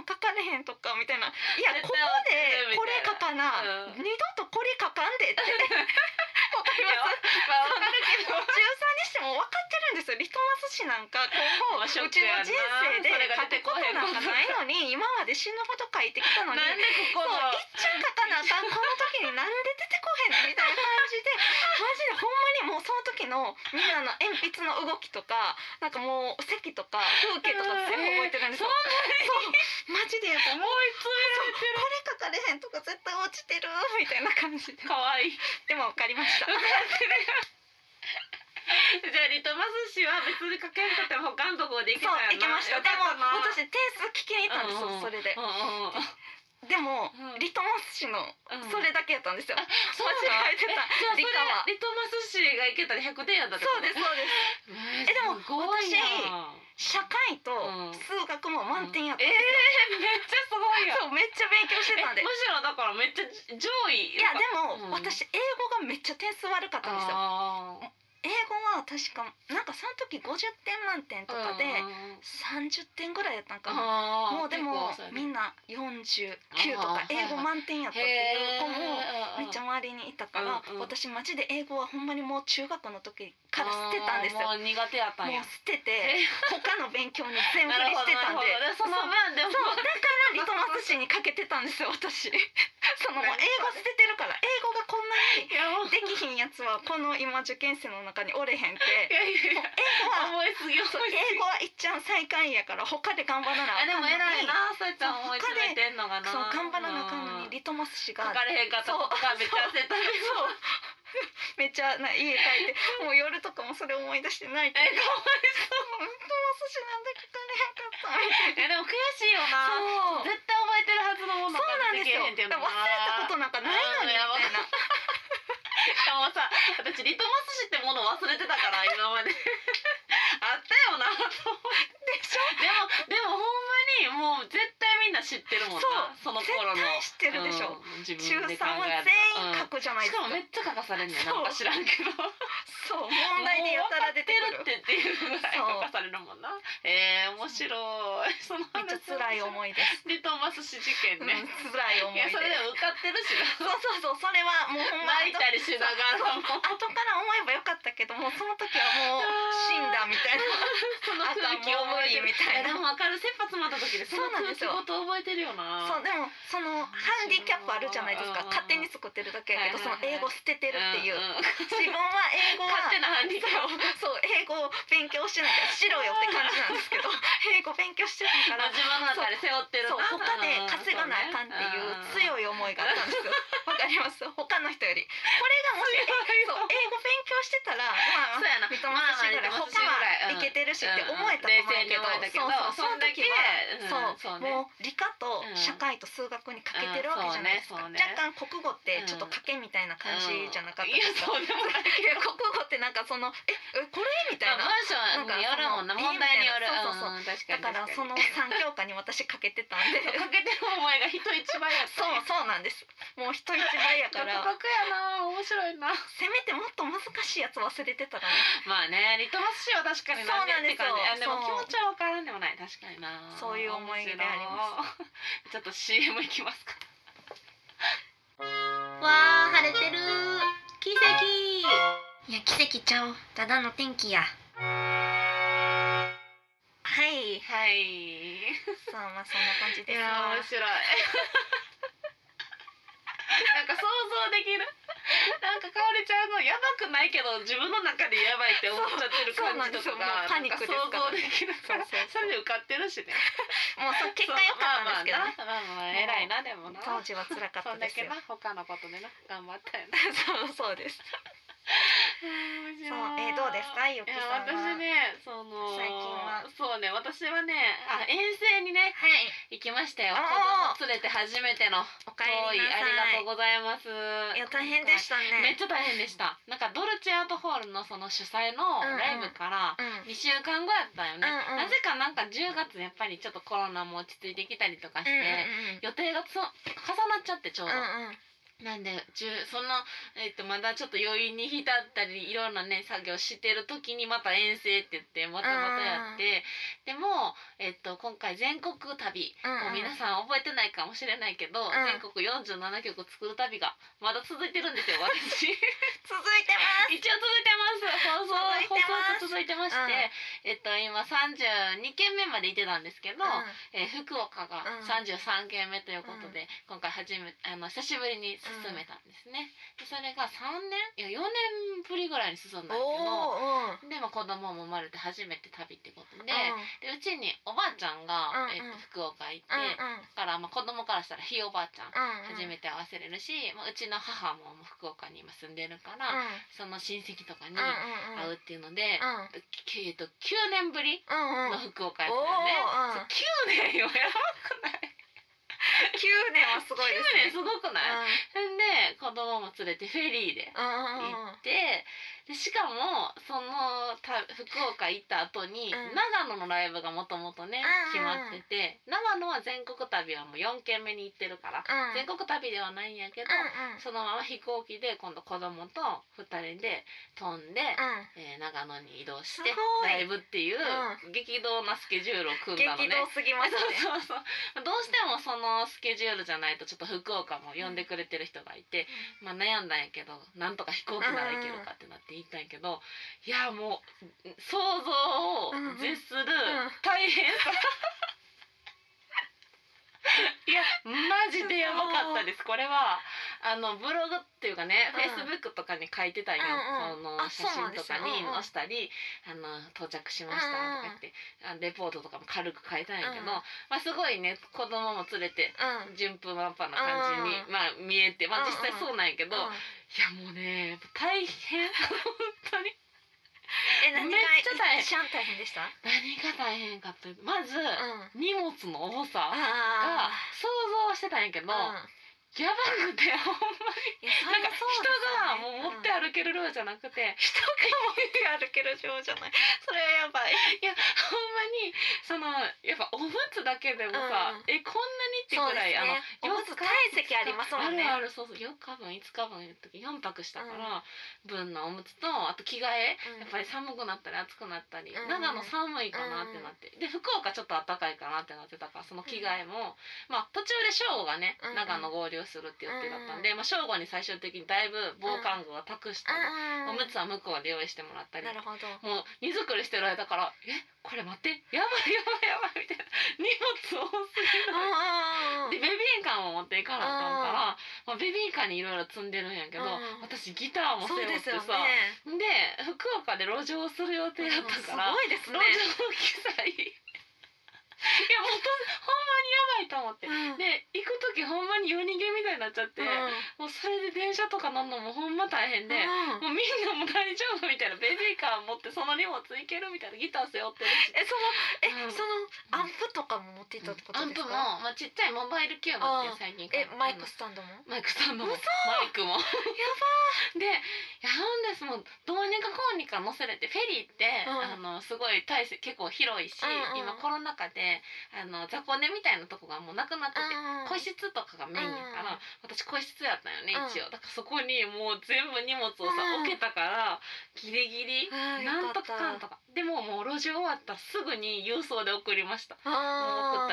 [SPEAKER 1] な
[SPEAKER 2] ん
[SPEAKER 1] ん書かれへんとかみたいないや
[SPEAKER 2] 絶対
[SPEAKER 1] ここでこれ書かな、
[SPEAKER 2] 落ちるみたいなうん
[SPEAKER 1] 二度とこれ書かんでってわかり
[SPEAKER 2] いや
[SPEAKER 1] ま
[SPEAKER 2] わ
[SPEAKER 1] す
[SPEAKER 2] まあわかるけど
[SPEAKER 1] 中3にしても分かってるんですよリトマス紙なんか今後
[SPEAKER 2] まあ
[SPEAKER 1] う
[SPEAKER 2] シ
[SPEAKER 1] ち
[SPEAKER 2] ョ
[SPEAKER 1] の
[SPEAKER 2] ックやな
[SPEAKER 1] 人生で書くことなんかないのに今まで死ぬほど書いてきたのに
[SPEAKER 2] なんで
[SPEAKER 1] そ
[SPEAKER 2] ここ
[SPEAKER 1] う
[SPEAKER 2] の
[SPEAKER 1] 一丁書かなあかんこの時になんで出てこへんのみたいな感じでマジでほんまにもうその時のみんなの鉛筆の動きとかなんかもう席とか風景とか全部覚えてるんですよ、
[SPEAKER 2] うん
[SPEAKER 1] そうマジでやっぱもう
[SPEAKER 2] 思いつ
[SPEAKER 1] これ書かれへんとか絶対落ちてるみたいな感じで
[SPEAKER 2] めかわいい
[SPEAKER 1] でも分かりました
[SPEAKER 2] わかって るじゃあリトマス紙は別に書けんかっても他のところで行け
[SPEAKER 1] そう
[SPEAKER 2] たや
[SPEAKER 1] 行
[SPEAKER 2] な
[SPEAKER 1] きました
[SPEAKER 2] よ
[SPEAKER 1] で
[SPEAKER 2] か
[SPEAKER 1] も
[SPEAKER 2] っな
[SPEAKER 1] 私点数聞きに行ったんですよそれで
[SPEAKER 2] うんうんうん
[SPEAKER 1] でも
[SPEAKER 2] うん
[SPEAKER 1] リトマス紙の
[SPEAKER 2] うん
[SPEAKER 1] それだけやったんですよ間
[SPEAKER 2] そうなの
[SPEAKER 1] 違えてた
[SPEAKER 2] え
[SPEAKER 1] 理
[SPEAKER 2] じ
[SPEAKER 1] 科
[SPEAKER 2] ゃあ
[SPEAKER 1] は
[SPEAKER 2] それリトマス紙がいけたら100点やったって
[SPEAKER 1] そ
[SPEAKER 2] こ
[SPEAKER 1] う
[SPEAKER 2] と
[SPEAKER 1] ですそうです
[SPEAKER 2] え
[SPEAKER 1] えでも
[SPEAKER 2] め
[SPEAKER 1] 社会と
[SPEAKER 2] うん
[SPEAKER 1] 数学も満点やったん
[SPEAKER 2] え
[SPEAKER 1] ですよ
[SPEAKER 2] っちゃすごいやん
[SPEAKER 1] そうめっちゃ勉強してたんで
[SPEAKER 2] えむしろだからめっちゃ上位
[SPEAKER 1] いやで
[SPEAKER 2] うん
[SPEAKER 1] も私英語がめっちゃ点数悪かったんですよ
[SPEAKER 2] あー
[SPEAKER 1] 英語は確かなんかその時50点満点とかで
[SPEAKER 2] うんうんうん
[SPEAKER 1] 30点ぐらいやったんかな
[SPEAKER 2] あー
[SPEAKER 1] もうでも
[SPEAKER 2] 結構そうやね
[SPEAKER 1] みんな49とか
[SPEAKER 2] あーはいはい
[SPEAKER 1] 英語満点やったっていう子もめっちゃ周りにいたから、
[SPEAKER 2] うんうん
[SPEAKER 1] 私マジで英語はほんまにもう中学の時から捨てたんですよ。も
[SPEAKER 2] あーもう苦手やったんや
[SPEAKER 1] う捨てて他の勉強に全振
[SPEAKER 2] な
[SPEAKER 1] り
[SPEAKER 2] るほ
[SPEAKER 1] し
[SPEAKER 2] ど
[SPEAKER 1] てたんで
[SPEAKER 2] なるほどその分でも
[SPEAKER 1] そうだからリトマス紙にかけてたんですよ 私そのもう英語捨ててるから英語がこんなに
[SPEAKER 2] いやもう
[SPEAKER 1] できひんやつはこの今受験生の中におれへんって
[SPEAKER 2] いやいやいや
[SPEAKER 1] 英語は
[SPEAKER 2] 思いすぎ思いす
[SPEAKER 1] そう
[SPEAKER 2] ぎ
[SPEAKER 1] 英語はいっちゃん最下位やから他で頑張らな
[SPEAKER 2] あ
[SPEAKER 1] あ
[SPEAKER 2] で
[SPEAKER 1] かん
[SPEAKER 2] も
[SPEAKER 1] の
[SPEAKER 2] 偉い
[SPEAKER 1] に
[SPEAKER 2] なさやちゃん思い詰めてんのがな
[SPEAKER 1] そう頑張らなあかんのに
[SPEAKER 2] リ
[SPEAKER 1] リトマス紙
[SPEAKER 2] 書
[SPEAKER 1] が
[SPEAKER 2] かれへんかったとかめっちゃ焦ったけど
[SPEAKER 1] そう めっちゃな家帰ってもう夜とかもそれ思い出して泣いて
[SPEAKER 2] えかわ
[SPEAKER 1] トマ
[SPEAKER 2] い
[SPEAKER 1] ス紙なんで書かれへんかったみたいな
[SPEAKER 2] そうえでも悔しいよな
[SPEAKER 1] そう
[SPEAKER 2] 絶対覚えてるはずのもの
[SPEAKER 1] そうなんですよ
[SPEAKER 2] ができへんっていうの
[SPEAKER 1] 忘れたこと
[SPEAKER 2] と
[SPEAKER 1] なんかないのにみたいな
[SPEAKER 2] しかもさ私リトマス紙ってもの忘れてたから今まであったよなと思って
[SPEAKER 1] でしょ
[SPEAKER 2] でもでもほんまにもう絶対みんな知ってるもんなその頃の
[SPEAKER 1] 絶対知ってるでしょ、
[SPEAKER 2] うん自
[SPEAKER 1] 中
[SPEAKER 2] 分で
[SPEAKER 1] 3
[SPEAKER 2] 考
[SPEAKER 1] は
[SPEAKER 2] えた
[SPEAKER 1] 全員書くじゃない
[SPEAKER 2] し
[SPEAKER 1] です
[SPEAKER 2] か
[SPEAKER 1] か
[SPEAKER 2] もめっちゃ書かされんねんな
[SPEAKER 1] そうん
[SPEAKER 2] か知らん けど
[SPEAKER 1] そう問題でやたら出てく
[SPEAKER 2] るっ
[SPEAKER 1] る
[SPEAKER 2] てっていうぐらい書かされるもんなえー、面白いその
[SPEAKER 1] めっちゃ辛い思いです、
[SPEAKER 2] リトマス紙事件
[SPEAKER 1] うん、
[SPEAKER 2] ね、
[SPEAKER 1] 辛い思
[SPEAKER 2] い
[SPEAKER 1] い
[SPEAKER 2] や
[SPEAKER 1] 出
[SPEAKER 2] それでも受かってるし
[SPEAKER 1] そ
[SPEAKER 2] な
[SPEAKER 1] うそうそうそれはもうほんま
[SPEAKER 2] 泣いたりしながら
[SPEAKER 1] 後
[SPEAKER 2] も
[SPEAKER 1] から思えばよかったけどもうその時はもう死んだみたいな
[SPEAKER 2] その空気を
[SPEAKER 1] あとはもう
[SPEAKER 2] 覚えてる
[SPEAKER 1] 無理みたいな
[SPEAKER 2] やでも分かる切羽詰まった時でその空気ごと覚えてるよな
[SPEAKER 1] そうでもそのハンディキャップあるじゃないですか
[SPEAKER 2] うん
[SPEAKER 1] 勝手に作ってるだけやけどその
[SPEAKER 2] はいはいはい
[SPEAKER 1] 英語捨ててるっていう
[SPEAKER 2] うんうん
[SPEAKER 1] 自分は英語は
[SPEAKER 2] 勝手な犯人だよ
[SPEAKER 1] そう英語を勉強してないからしろよって感じなんですけど 英語勉強してないから
[SPEAKER 2] 自分の中で背負ってる
[SPEAKER 1] そう
[SPEAKER 2] な
[SPEAKER 1] 他で稼がなあかんっていう
[SPEAKER 2] い
[SPEAKER 1] 強い思いがあったんですよ。わかがります他の人よりこれがもしそう英語勉強してたらまあ
[SPEAKER 2] そうやな
[SPEAKER 1] 認めますぐらい
[SPEAKER 2] まあまあ認
[SPEAKER 1] 他
[SPEAKER 2] めますぐらい
[SPEAKER 1] はいけてるしって思えたと思うけど、
[SPEAKER 2] うんうん冷静に思えたけ
[SPEAKER 1] そ
[SPEAKER 2] ど
[SPEAKER 1] うそうその時は、そ
[SPEAKER 2] そんだけうんそう
[SPEAKER 1] う
[SPEAKER 2] ね
[SPEAKER 1] もう理科と
[SPEAKER 2] うん
[SPEAKER 1] 社会と数学に欠けてるわけじゃないですか、
[SPEAKER 2] うんそうねそうね
[SPEAKER 1] 若干国語ってちょっと賭けみたいな感じじゃなかった
[SPEAKER 2] いや
[SPEAKER 1] ですか、
[SPEAKER 2] そうでもない
[SPEAKER 1] いや国語って なんかそのええこれみたいな
[SPEAKER 2] まあマンションによるもんな
[SPEAKER 1] なんかその
[SPEAKER 2] 問題による
[SPEAKER 1] そうそうそうん
[SPEAKER 2] 確か
[SPEAKER 1] だ
[SPEAKER 2] に
[SPEAKER 1] からそ
[SPEAKER 2] 確かに
[SPEAKER 1] の3教科に私かけてたんで
[SPEAKER 2] かけてるお前が人一倍やっ
[SPEAKER 1] そう
[SPEAKER 2] たんや
[SPEAKER 1] そうなんですもう人一倍やか
[SPEAKER 2] 独
[SPEAKER 1] ら
[SPEAKER 2] 特やな面白いな
[SPEAKER 1] せめてもっと難しいやつ忘れてたらね
[SPEAKER 2] まあねリトマス紙は確かに
[SPEAKER 1] そうなんですよ
[SPEAKER 2] 何年って感じあでも気
[SPEAKER 1] そう
[SPEAKER 2] 持ちは分からんでもない確かにな
[SPEAKER 1] そういう思い出あります
[SPEAKER 2] ちょっと CM いきますか
[SPEAKER 1] わー晴れてる奇跡いや奇跡ちゃうただの天気やはい
[SPEAKER 2] はい
[SPEAKER 1] さあまあそんな感じ
[SPEAKER 2] い
[SPEAKER 1] です
[SPEAKER 2] や
[SPEAKER 1] わ
[SPEAKER 2] 面 白いなんか想像できるなんかかおりちゃんのやばくないけど自分の中でやばいって思っちゃってる感じと
[SPEAKER 1] そうそうなんですよもう
[SPEAKER 2] か
[SPEAKER 1] パニックですからね
[SPEAKER 2] なんか想像できるから
[SPEAKER 1] そうそう
[SPEAKER 2] それで受かってるしね
[SPEAKER 1] もうその結果良かったんですけどね
[SPEAKER 2] そうまあまあなまあまあ偉いなでもな
[SPEAKER 1] 当時は辛かっ
[SPEAKER 2] そ
[SPEAKER 1] た
[SPEAKER 2] ん
[SPEAKER 1] で
[SPEAKER 2] だ
[SPEAKER 1] す
[SPEAKER 2] け
[SPEAKER 1] よ
[SPEAKER 2] な他のことでな頑張ったよね
[SPEAKER 1] そうそうですそうえーどうですかゆき
[SPEAKER 2] いや
[SPEAKER 1] さんは
[SPEAKER 2] 私ねその
[SPEAKER 1] 最近は
[SPEAKER 2] そうね私はねあ遠征にね
[SPEAKER 1] はい
[SPEAKER 2] 行きましたよ
[SPEAKER 1] あー
[SPEAKER 2] 子供連れて初めての
[SPEAKER 1] お
[SPEAKER 2] 遠
[SPEAKER 1] 帰り
[SPEAKER 2] い
[SPEAKER 1] な
[SPEAKER 2] ありが
[SPEAKER 1] さ
[SPEAKER 2] と
[SPEAKER 1] いう
[SPEAKER 2] ございます
[SPEAKER 1] いや大変でした
[SPEAKER 2] 今回め
[SPEAKER 1] ね
[SPEAKER 2] っちゃ大変でしたなんかドルチェアートホールのその主催の
[SPEAKER 1] うんうん
[SPEAKER 2] ライブから
[SPEAKER 1] うん
[SPEAKER 2] 2週間後やったんよね、
[SPEAKER 1] うんうん
[SPEAKER 2] なぜかなんか10月やっぱりちょっとコロナも落ち着いてきたりとかして、
[SPEAKER 1] う
[SPEAKER 2] 予定がそ重なっちゃってちょうど、
[SPEAKER 1] んうんうんうん
[SPEAKER 2] なんでじゅその、えっとまだちょっと余韻に浸ったりいろんなね作業してる時にまた遠征って言ってまたまたやってでも、えっと今回全国旅もう皆さん覚えてないかもしれないけど、
[SPEAKER 1] ん
[SPEAKER 2] 全国47曲作る旅がまだ続いてるんですよ 私
[SPEAKER 1] 続いてます
[SPEAKER 2] 一応続いてます放送
[SPEAKER 1] 続いてます
[SPEAKER 2] 放送が続いてまして、えっと今32件目まで行ってたんですけど、
[SPEAKER 1] うん
[SPEAKER 2] えー福岡が
[SPEAKER 1] うん
[SPEAKER 2] 33件目ということで、今回初めあの久しぶりに進めたんですね、でそれが3年いや4年ぶりぐらいに進んだんや
[SPEAKER 1] おー
[SPEAKER 2] けどで、まあ、子供も生まれて初めて旅ってことで,、
[SPEAKER 1] うん
[SPEAKER 2] でうちにおばあちゃんが、
[SPEAKER 1] うんうん
[SPEAKER 2] えっと福岡行って、
[SPEAKER 1] うん
[SPEAKER 2] だから、まあ、子供からしたらひいおばあちゃん
[SPEAKER 1] うんうん
[SPEAKER 2] 初めて会わせれるし、まあ、うちの母ももう福岡に今住んでるから、その親戚とかに
[SPEAKER 1] うんうん
[SPEAKER 2] 会
[SPEAKER 1] うん
[SPEAKER 2] うっていうので、
[SPEAKER 1] うん
[SPEAKER 2] きえっと9年ぶり
[SPEAKER 1] うんうん
[SPEAKER 2] の福岡やったよね
[SPEAKER 1] おーうん。
[SPEAKER 2] そう9年よやばくない。
[SPEAKER 1] 九年はすごいですね
[SPEAKER 2] 9年すごくない。ほんで子供も連れてフェリーで
[SPEAKER 1] うんうんうんうん
[SPEAKER 2] 行って、でしかもそのた福岡行った後に、
[SPEAKER 1] うん
[SPEAKER 2] 長野のライブがもともとね
[SPEAKER 1] うん
[SPEAKER 2] 決まってて、長野は全国旅はもう4軒目に行ってるから、
[SPEAKER 1] うん
[SPEAKER 2] 全国旅ではないんやけど、
[SPEAKER 1] うんうん
[SPEAKER 2] そのまま飛行機で今度子供と2人で飛ん
[SPEAKER 1] うん
[SPEAKER 2] で。えー長野に移動し
[SPEAKER 1] す
[SPEAKER 2] て
[SPEAKER 1] ごい
[SPEAKER 2] ライブっていう
[SPEAKER 1] う
[SPEAKER 2] 激動なスケジュールを組んだの
[SPEAKER 1] 激
[SPEAKER 2] ね
[SPEAKER 1] 動すぎます ね
[SPEAKER 2] そうそうそうどうしてもそのスケジュールじゃないとちょっと福岡も呼んでくれてる人がいて、まあ、悩んだんやけどなんとか飛行機なら行けるかってなって行ったんやけど、いやもう想像を絶する
[SPEAKER 1] んうん
[SPEAKER 2] 大変さ、 いやマジでやばかったですこれはあのブログっていうかね、
[SPEAKER 1] うん
[SPEAKER 2] Facebook とかに書いてたんよ、
[SPEAKER 1] うんうんあ
[SPEAKER 2] その写真とかに
[SPEAKER 1] そうなんで
[SPEAKER 2] 載
[SPEAKER 1] す
[SPEAKER 2] せたり「あの到着しました」とか言って、あレポートとかも軽く書いたんやけ
[SPEAKER 1] う
[SPEAKER 2] ど、
[SPEAKER 1] ん
[SPEAKER 2] まあ、すごいね子供も連れて
[SPEAKER 1] うんうん
[SPEAKER 2] 順風満帆な感じに、
[SPEAKER 1] う
[SPEAKER 2] まあ、見えて、まあ、
[SPEAKER 1] うんうん
[SPEAKER 2] 実際そうなんやけど、いやもうねやっぱ大変本当 に
[SPEAKER 1] え何が
[SPEAKER 2] めっちゃ大変
[SPEAKER 1] 一番大変でした
[SPEAKER 2] 何が大変かというとまず、
[SPEAKER 1] うん
[SPEAKER 2] 荷物の重さが
[SPEAKER 1] あ
[SPEAKER 2] 想像してたんやけ
[SPEAKER 1] う
[SPEAKER 2] ど、
[SPEAKER 1] ん
[SPEAKER 2] やばくてほんま
[SPEAKER 1] いやそ
[SPEAKER 2] なん
[SPEAKER 1] れ
[SPEAKER 2] か
[SPEAKER 1] はそう
[SPEAKER 2] 人がもう持って
[SPEAKER 1] ある
[SPEAKER 2] 歩ける量じゃなくて、
[SPEAKER 1] 人が持って歩ける状じゃないそれはやばい
[SPEAKER 2] いやほんまにそのやっぱおむつだけでもさ、
[SPEAKER 1] うん
[SPEAKER 2] えこんなにってぐらい、あの
[SPEAKER 1] おむつ体積ありますもんね
[SPEAKER 2] あるあるそうそう4日分5日分の時4泊したから、分のおむつとあと着替え、
[SPEAKER 1] うん
[SPEAKER 2] やっぱり寒くなったり暑くなった
[SPEAKER 1] う
[SPEAKER 2] り、
[SPEAKER 1] ん
[SPEAKER 2] 長野寒いかなってなって、で福岡ちょっと暖かいかなってなってたからその着替えも、まあ途中で正午がね
[SPEAKER 1] うん
[SPEAKER 2] 長野合流するって言ってだったんで、まあ、正午に最終的にだいぶ防寒具は託したり、
[SPEAKER 1] うん
[SPEAKER 2] おむつは向こうで用意してもらったり
[SPEAKER 1] なるほど
[SPEAKER 2] もう荷造りしてる間から「えこれ待ってやばいやばいやばい」みたいな荷物多すぎ
[SPEAKER 1] う
[SPEAKER 2] る
[SPEAKER 1] んうんうん
[SPEAKER 2] でベビーカーも持っていかなあかんから、まあ、ベビーカーにいろいろ積んでるんやけど、
[SPEAKER 1] うん
[SPEAKER 2] 私ギターも背
[SPEAKER 1] そう
[SPEAKER 2] 負
[SPEAKER 1] で
[SPEAKER 2] っ
[SPEAKER 1] す
[SPEAKER 2] て
[SPEAKER 1] よ
[SPEAKER 2] さ
[SPEAKER 1] ね
[SPEAKER 2] で,、福岡で路上する予定やったか
[SPEAKER 1] う
[SPEAKER 2] ら、
[SPEAKER 1] んすごいですね
[SPEAKER 2] 路上機材いやもうとほんまにやばいと思って
[SPEAKER 1] うん
[SPEAKER 2] で行く時ほんまに夜逃げみたいになっちゃって、もうそれで電車とか乗るのもほんま大変で、
[SPEAKER 1] うん
[SPEAKER 2] もうみんなも大丈夫みたいなベビーカー持ってその荷物いけるみたいなギター背負ってるし
[SPEAKER 1] えそのえ、
[SPEAKER 2] うん
[SPEAKER 1] そのアンプとかも持っていったってこと
[SPEAKER 2] ア
[SPEAKER 1] で
[SPEAKER 2] ン
[SPEAKER 1] す
[SPEAKER 2] プ
[SPEAKER 1] か
[SPEAKER 2] も、まあ、ちっちゃいモバイルキューブっていう最近買
[SPEAKER 1] え
[SPEAKER 2] った
[SPEAKER 1] マイクスタンドも
[SPEAKER 2] マイクさんのもマ
[SPEAKER 1] 嘘
[SPEAKER 2] イクもやばーでいやなんですもうどうにかこうにか乗せれてフェリーって、
[SPEAKER 1] う
[SPEAKER 2] あのすごい体積結構広いし、
[SPEAKER 1] うんうん
[SPEAKER 2] 今コロナ禍であの雑魚寝みたいなとこがもうなくなってて、個室とかがメインやから、私個室やったよね
[SPEAKER 1] うん
[SPEAKER 2] 一応だからそこにもう全部荷物をさ
[SPEAKER 1] うん
[SPEAKER 2] 置けたからギリギリ
[SPEAKER 1] あー
[SPEAKER 2] なんとかかんとかでももう路上終わったらすぐに郵送で送りましたもう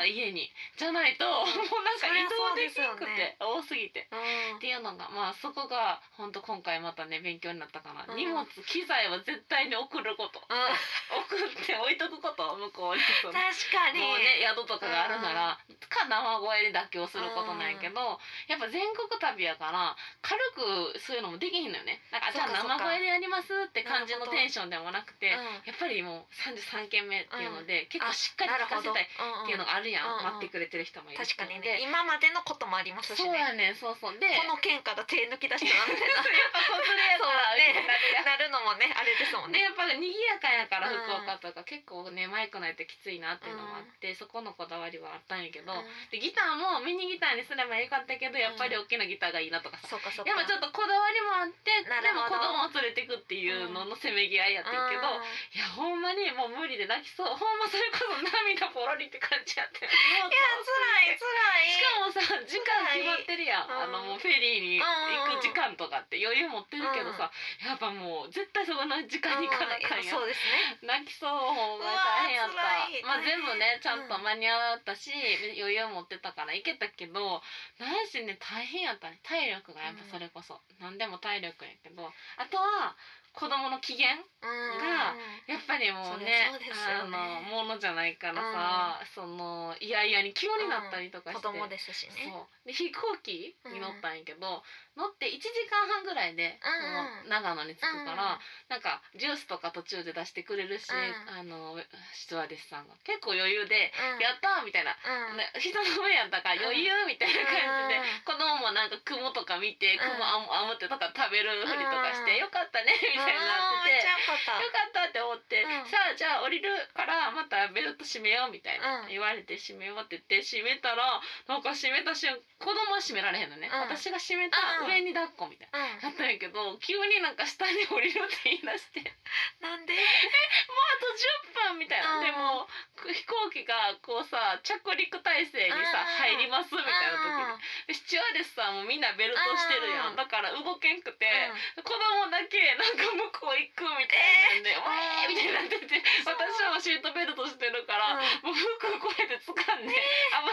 [SPEAKER 1] あ
[SPEAKER 2] 送った
[SPEAKER 1] ー
[SPEAKER 2] 家にじゃないともうなん
[SPEAKER 1] そ
[SPEAKER 2] か
[SPEAKER 1] り
[SPEAKER 2] 移
[SPEAKER 1] ゃそう
[SPEAKER 2] 動
[SPEAKER 1] で
[SPEAKER 2] でき
[SPEAKER 1] すよね
[SPEAKER 2] なくて多すぎて。
[SPEAKER 1] うん
[SPEAKER 2] っていうのがまあそこが本当今回またね勉強になったかな、
[SPEAKER 1] うん
[SPEAKER 2] 荷物機材は絶対に送ること
[SPEAKER 1] あ
[SPEAKER 2] 送って置いとくこと向こうにその
[SPEAKER 1] 確かに
[SPEAKER 2] もうね宿とかがあるなら、か生声で妥協することなんやけど、やっぱ全国旅やから軽くそういうのもできひんのよねなんかじ
[SPEAKER 1] そ
[SPEAKER 2] ゃ
[SPEAKER 1] っ
[SPEAKER 2] あ
[SPEAKER 1] かそっか
[SPEAKER 2] 生声でやりますって感じの
[SPEAKER 1] なるほど
[SPEAKER 2] テンションでもなくて
[SPEAKER 1] うん
[SPEAKER 2] やっぱりもう33軒目っていうので、結構しっかり
[SPEAKER 1] なる
[SPEAKER 2] 聞か
[SPEAKER 1] ほ
[SPEAKER 2] せ
[SPEAKER 1] ど
[SPEAKER 2] たいっていうのがあるやん、
[SPEAKER 1] うんうん
[SPEAKER 2] 待ってくれてる人もいるし
[SPEAKER 1] 確かにね今までのこともありますし
[SPEAKER 2] そう
[SPEAKER 1] ね
[SPEAKER 2] やねんそうそうで
[SPEAKER 1] この件から手抜き出したらみたい
[SPEAKER 2] やっぱ子連れやから
[SPEAKER 1] そうね
[SPEAKER 2] 受けられや
[SPEAKER 1] ななるのも ねあれですもん
[SPEAKER 2] で
[SPEAKER 1] ね
[SPEAKER 2] やっぱ賑やかやから
[SPEAKER 1] うん
[SPEAKER 2] 福岡とか結構ねマイクないときついなっていうのもあって、そこのこだわりはあったんやけど、
[SPEAKER 1] うん
[SPEAKER 2] でギターもミニギターにすればよかったけどやっぱり大きなギターがいいなとかさ、
[SPEAKER 1] そうかそうか
[SPEAKER 2] やっぱちょっとこだわりもあって
[SPEAKER 1] な
[SPEAKER 2] で
[SPEAKER 1] る
[SPEAKER 2] も
[SPEAKER 1] ほ
[SPEAKER 2] 子
[SPEAKER 1] ど
[SPEAKER 2] 供を連れてくっていうののせめぎ合いやってんけど、
[SPEAKER 1] うん
[SPEAKER 2] いやほんまにもう無理で泣きそうほんまそれこそ涙ポロリって感じやっていや
[SPEAKER 1] いや辛い辛い
[SPEAKER 2] しかもさ時間決まってるやん、
[SPEAKER 1] うん
[SPEAKER 2] あのもうフェリーに行く時間とかって余裕持ってるけどさ、やっぱもう絶対そこの時間に行かなあかん
[SPEAKER 1] うん
[SPEAKER 2] やん
[SPEAKER 1] そうですね
[SPEAKER 2] 泣きそうほんまに大変やっ
[SPEAKER 1] うわー辛い
[SPEAKER 2] たまあ
[SPEAKER 1] 大
[SPEAKER 2] 全
[SPEAKER 1] 変
[SPEAKER 2] 部ねちゃんと
[SPEAKER 1] うん
[SPEAKER 2] 間に合ったし、余裕持ってたから行けたけど何しね大変やったね体力がやっぱそれこそ、何でも体力やけどあとは子供の機嫌がやっぱりもうね
[SPEAKER 1] そりゃそうですよね
[SPEAKER 2] あのものじゃないからさ、そのいやいやに急になったりとか
[SPEAKER 1] 子
[SPEAKER 2] して、
[SPEAKER 1] 供ですしね
[SPEAKER 2] そうで飛行機に乗ったんやけど、乗って1時間半ぐらいで、
[SPEAKER 1] うんうん
[SPEAKER 2] その長野に着くか
[SPEAKER 1] う
[SPEAKER 2] ら、なんかジュースとか途中で出してくれるし、
[SPEAKER 1] うん
[SPEAKER 2] あのスチュワーデスさんが結構余裕で
[SPEAKER 1] ん
[SPEAKER 2] 「
[SPEAKER 1] うん
[SPEAKER 2] やった!」みたいな。
[SPEAKER 1] うん
[SPEAKER 2] ね人の上やったから余裕みたいな感じ
[SPEAKER 1] う
[SPEAKER 2] で、
[SPEAKER 1] ん
[SPEAKER 2] 子供もなんか雲とか見て
[SPEAKER 1] ん
[SPEAKER 2] 雲あむあむってとか食べるふりとかして、
[SPEAKER 1] うん
[SPEAKER 2] よかったねみたいにな
[SPEAKER 1] あー
[SPEAKER 2] って
[SPEAKER 1] めってちゃよかった
[SPEAKER 2] よかったって思って、
[SPEAKER 1] うん
[SPEAKER 2] さあじゃあ降りるからまたベルト締めようみたいな、
[SPEAKER 1] うん
[SPEAKER 2] 言われて締めようって言って締めたらなんか締めた瞬間子供は締められへんのね、
[SPEAKER 1] うん
[SPEAKER 2] 私が締めた上に抱っこみたいな。
[SPEAKER 1] うん
[SPEAKER 2] だったんやけど急になんか下に降りるって言い出してもう
[SPEAKER 1] なんで
[SPEAKER 2] あと10分みたいな、
[SPEAKER 1] うん
[SPEAKER 2] でも飛行機がこうさ着陸態勢にさ、
[SPEAKER 1] うん
[SPEAKER 2] 入りますみたいな
[SPEAKER 1] 時
[SPEAKER 2] 時にでシチュアーデスさんもみんなベルトしてるやん、
[SPEAKER 1] うん
[SPEAKER 2] だから動けんくて、子供だけなんか向こう行くみたいなんで「わ、
[SPEAKER 1] え
[SPEAKER 2] えー!」みたいになってて
[SPEAKER 1] そう
[SPEAKER 2] 私はシートベルトしてるから、もう服こうやって掴ん で、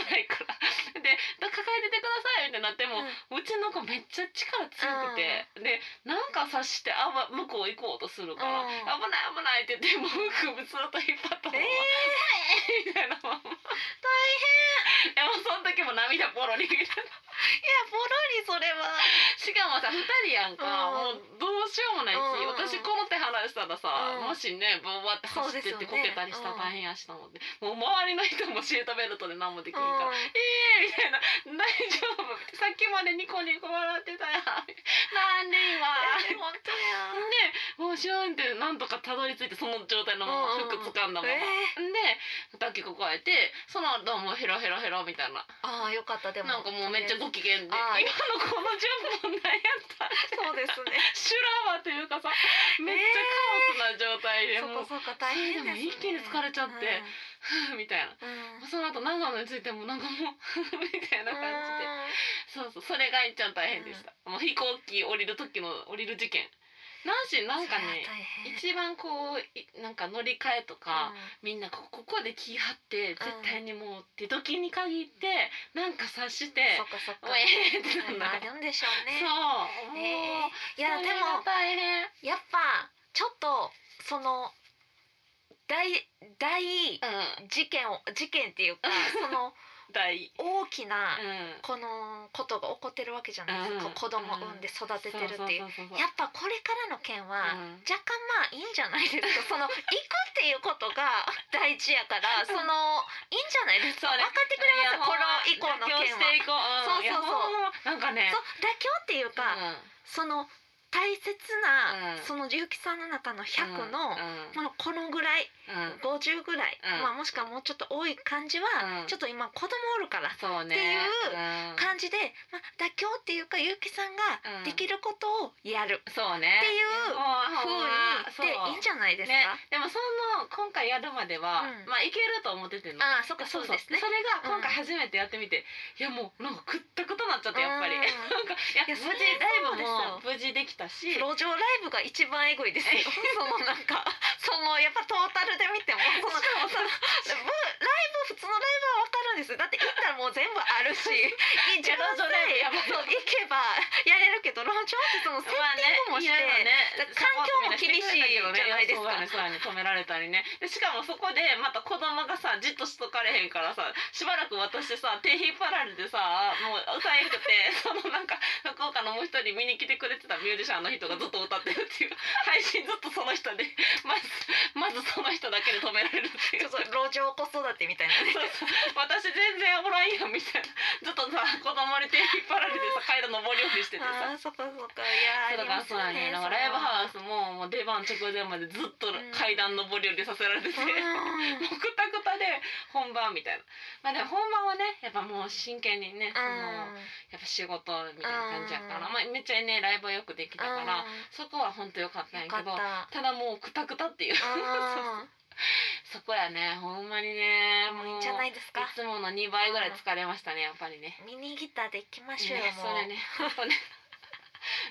[SPEAKER 2] 危ないからで「抱えててください」みたいになっても、うちの子めっちゃ力強くて、でなんか察してあわ向こう行こうとするから「
[SPEAKER 1] うん
[SPEAKER 2] 危ない危ない」って言ってもう服ずっと引っ張ったまま「
[SPEAKER 1] えー
[SPEAKER 2] えー!」みたいなまま大変でもその時も涙ポロリみたいない
[SPEAKER 1] やポロリそれは
[SPEAKER 2] しかもさ2人やんか、
[SPEAKER 1] うん
[SPEAKER 2] もうどうしようもないし、
[SPEAKER 1] うんうんうん
[SPEAKER 2] 私この手離したらさ、
[SPEAKER 1] うん
[SPEAKER 2] もしねボーバーって走ってってこけたりしたら大変やしと思って、もう周りの人もシートベルトで何もできんか
[SPEAKER 1] う
[SPEAKER 2] ら。
[SPEAKER 1] ん
[SPEAKER 2] えーみたいな「大丈夫」さっきまでニコニコ笑ってたやんなんで
[SPEAKER 1] え
[SPEAKER 2] 今
[SPEAKER 1] 本当や
[SPEAKER 2] でもうシューンってなんとかたどり着いてその状態のまま
[SPEAKER 1] うんうん
[SPEAKER 2] 服掴んだまま、
[SPEAKER 1] え
[SPEAKER 2] んで抱きここえてそのどうもヘロヘロヘロみたいな
[SPEAKER 1] ああよかったでも
[SPEAKER 2] なんかもうめっちゃご機嫌で今の
[SPEAKER 1] あー
[SPEAKER 2] この10分何やった
[SPEAKER 1] そうですね
[SPEAKER 2] 修羅場というかさめっちゃカオスな状態で
[SPEAKER 1] そ
[SPEAKER 2] も
[SPEAKER 1] こそ
[SPEAKER 2] う、
[SPEAKER 1] こ大変ですね
[SPEAKER 2] それでも一気に疲れちゃってふ うみたいな
[SPEAKER 1] うんうん
[SPEAKER 2] その後長野についてもなんかもう みたいな感じでそうそうそれが一番大変でした、もう飛行機降りる時の降りる事件なんしなんかね
[SPEAKER 1] それは大変
[SPEAKER 2] 一番こういなんか乗り換えとか、みんなこここで気張って絶対にもう出時に限ってなんか察して
[SPEAKER 1] うんそっかそっ
[SPEAKER 2] 「
[SPEAKER 1] か
[SPEAKER 2] おえ!」って
[SPEAKER 1] そういうの
[SPEAKER 2] な
[SPEAKER 1] あ
[SPEAKER 2] る
[SPEAKER 1] るんでしょうね
[SPEAKER 2] そうもう、
[SPEAKER 1] ねいや
[SPEAKER 2] そ
[SPEAKER 1] で
[SPEAKER 2] れが
[SPEAKER 1] も
[SPEAKER 2] 大変
[SPEAKER 1] やっぱちょっとその大大
[SPEAKER 2] うん
[SPEAKER 1] 事件を事件っていうかその
[SPEAKER 2] 大
[SPEAKER 1] 大きな
[SPEAKER 2] うん
[SPEAKER 1] このことが起こってるわけじゃないですか、
[SPEAKER 2] うん
[SPEAKER 1] 子供を産んで育ててるっていう。
[SPEAKER 2] そうそうそうそう
[SPEAKER 1] やっぱこれからの件は、
[SPEAKER 2] うん
[SPEAKER 1] 若干まあいいんじゃないですか その行くっていうことが 大事やからそのいいんじゃないですか、
[SPEAKER 2] そうね
[SPEAKER 1] 分かってくれますこの以降の
[SPEAKER 2] 妥協
[SPEAKER 1] 件
[SPEAKER 2] して
[SPEAKER 1] はい
[SPEAKER 2] こう、うん、
[SPEAKER 1] そうそうそう
[SPEAKER 2] そうなんかね
[SPEAKER 1] そう妥協っていうか、その大切な、
[SPEAKER 2] うん
[SPEAKER 1] その結城さんの中の
[SPEAKER 2] うん
[SPEAKER 1] 100の、
[SPEAKER 2] う
[SPEAKER 1] このこのぐらい
[SPEAKER 2] んうん
[SPEAKER 1] 50ぐらい、
[SPEAKER 2] うん
[SPEAKER 1] まあ、もしくはもうちょっと多い感じは、
[SPEAKER 2] うん
[SPEAKER 1] ちょっと今子供おるから
[SPEAKER 2] そうね
[SPEAKER 1] っていう
[SPEAKER 2] うん
[SPEAKER 1] 感じで、まあ、妥協っていうか結城さん
[SPEAKER 2] うん
[SPEAKER 1] ができることをやる
[SPEAKER 2] そうね
[SPEAKER 1] っていうふうにでいいん
[SPEAKER 2] ゃ
[SPEAKER 1] じゃないですか、
[SPEAKER 2] ね、でもその今回やるまでは、
[SPEAKER 1] うん
[SPEAKER 2] まあいけると思ってての
[SPEAKER 1] ああそっかそうですね
[SPEAKER 2] それが
[SPEAKER 1] うん
[SPEAKER 2] 今回初めてやってみて、いやもうなんかくったくたなっちゃってやっぱり、
[SPEAKER 1] うん
[SPEAKER 2] なんかいや
[SPEAKER 1] いや
[SPEAKER 2] 無
[SPEAKER 1] それ
[SPEAKER 2] 事ライブも
[SPEAKER 1] そう
[SPEAKER 2] 無事できたし
[SPEAKER 1] 路上ライブが一番エグいですよそのなんかそのやっぱトータルで見 てもそのそのぶライブ普通のライブは分かるんですだって行ったらもう全部ある しい自分
[SPEAKER 2] 路上ライブやばい
[SPEAKER 1] そう行けばやれるけど路上ってそのセッティングもして、
[SPEAKER 2] ね
[SPEAKER 1] だから環境も厳しいじゃないですか
[SPEAKER 2] そうやねそうやね止められたりねでしかもそこでまた子供がさじっとしとかれへんからさしばらく私さ手引っ張られてさもう歌えんくて そのなんか福岡のもう一人見に来てくれてたミュージシャンの人がずっと歌ってるっていう配信ずっとその人でまずまずその人だけで止められるっていう
[SPEAKER 1] ちょっと路上子育てみたいなね
[SPEAKER 2] そうそう私全然おらんやんみたいなずっとさ子供に手引っ張られてさ階段登り降りしててさ
[SPEAKER 1] あーそっかそっかいや
[SPEAKER 2] そ
[SPEAKER 1] ー
[SPEAKER 2] うだからそうやねだからライブハウスももう出番直前までずっと
[SPEAKER 1] ん
[SPEAKER 2] 階段上り下りさせられてて、
[SPEAKER 1] あり
[SPEAKER 2] も
[SPEAKER 1] ますよね
[SPEAKER 2] うくたくたで本番みたいなまあでも本番はねやっぱもう真剣にねその
[SPEAKER 1] うん
[SPEAKER 2] やっぱ仕事みたいな感じやから、
[SPEAKER 1] うん
[SPEAKER 2] まあ、めっちゃねライブはよくできたか
[SPEAKER 1] う
[SPEAKER 2] ら、
[SPEAKER 1] ん
[SPEAKER 2] そこは本当良かったんや
[SPEAKER 1] よか
[SPEAKER 2] け
[SPEAKER 1] っ
[SPEAKER 2] ど
[SPEAKER 1] た
[SPEAKER 2] ただもうくたくたっていう
[SPEAKER 1] うん
[SPEAKER 2] そこやねほんまにね
[SPEAKER 1] もういい
[SPEAKER 2] もうんい
[SPEAKER 1] じゃないですか
[SPEAKER 2] つもの2倍ぐらい疲れましたねやっぱりね。
[SPEAKER 1] ミニギターで行きましょうよ
[SPEAKER 2] ね、そ
[SPEAKER 1] もう
[SPEAKER 2] れね ほんとね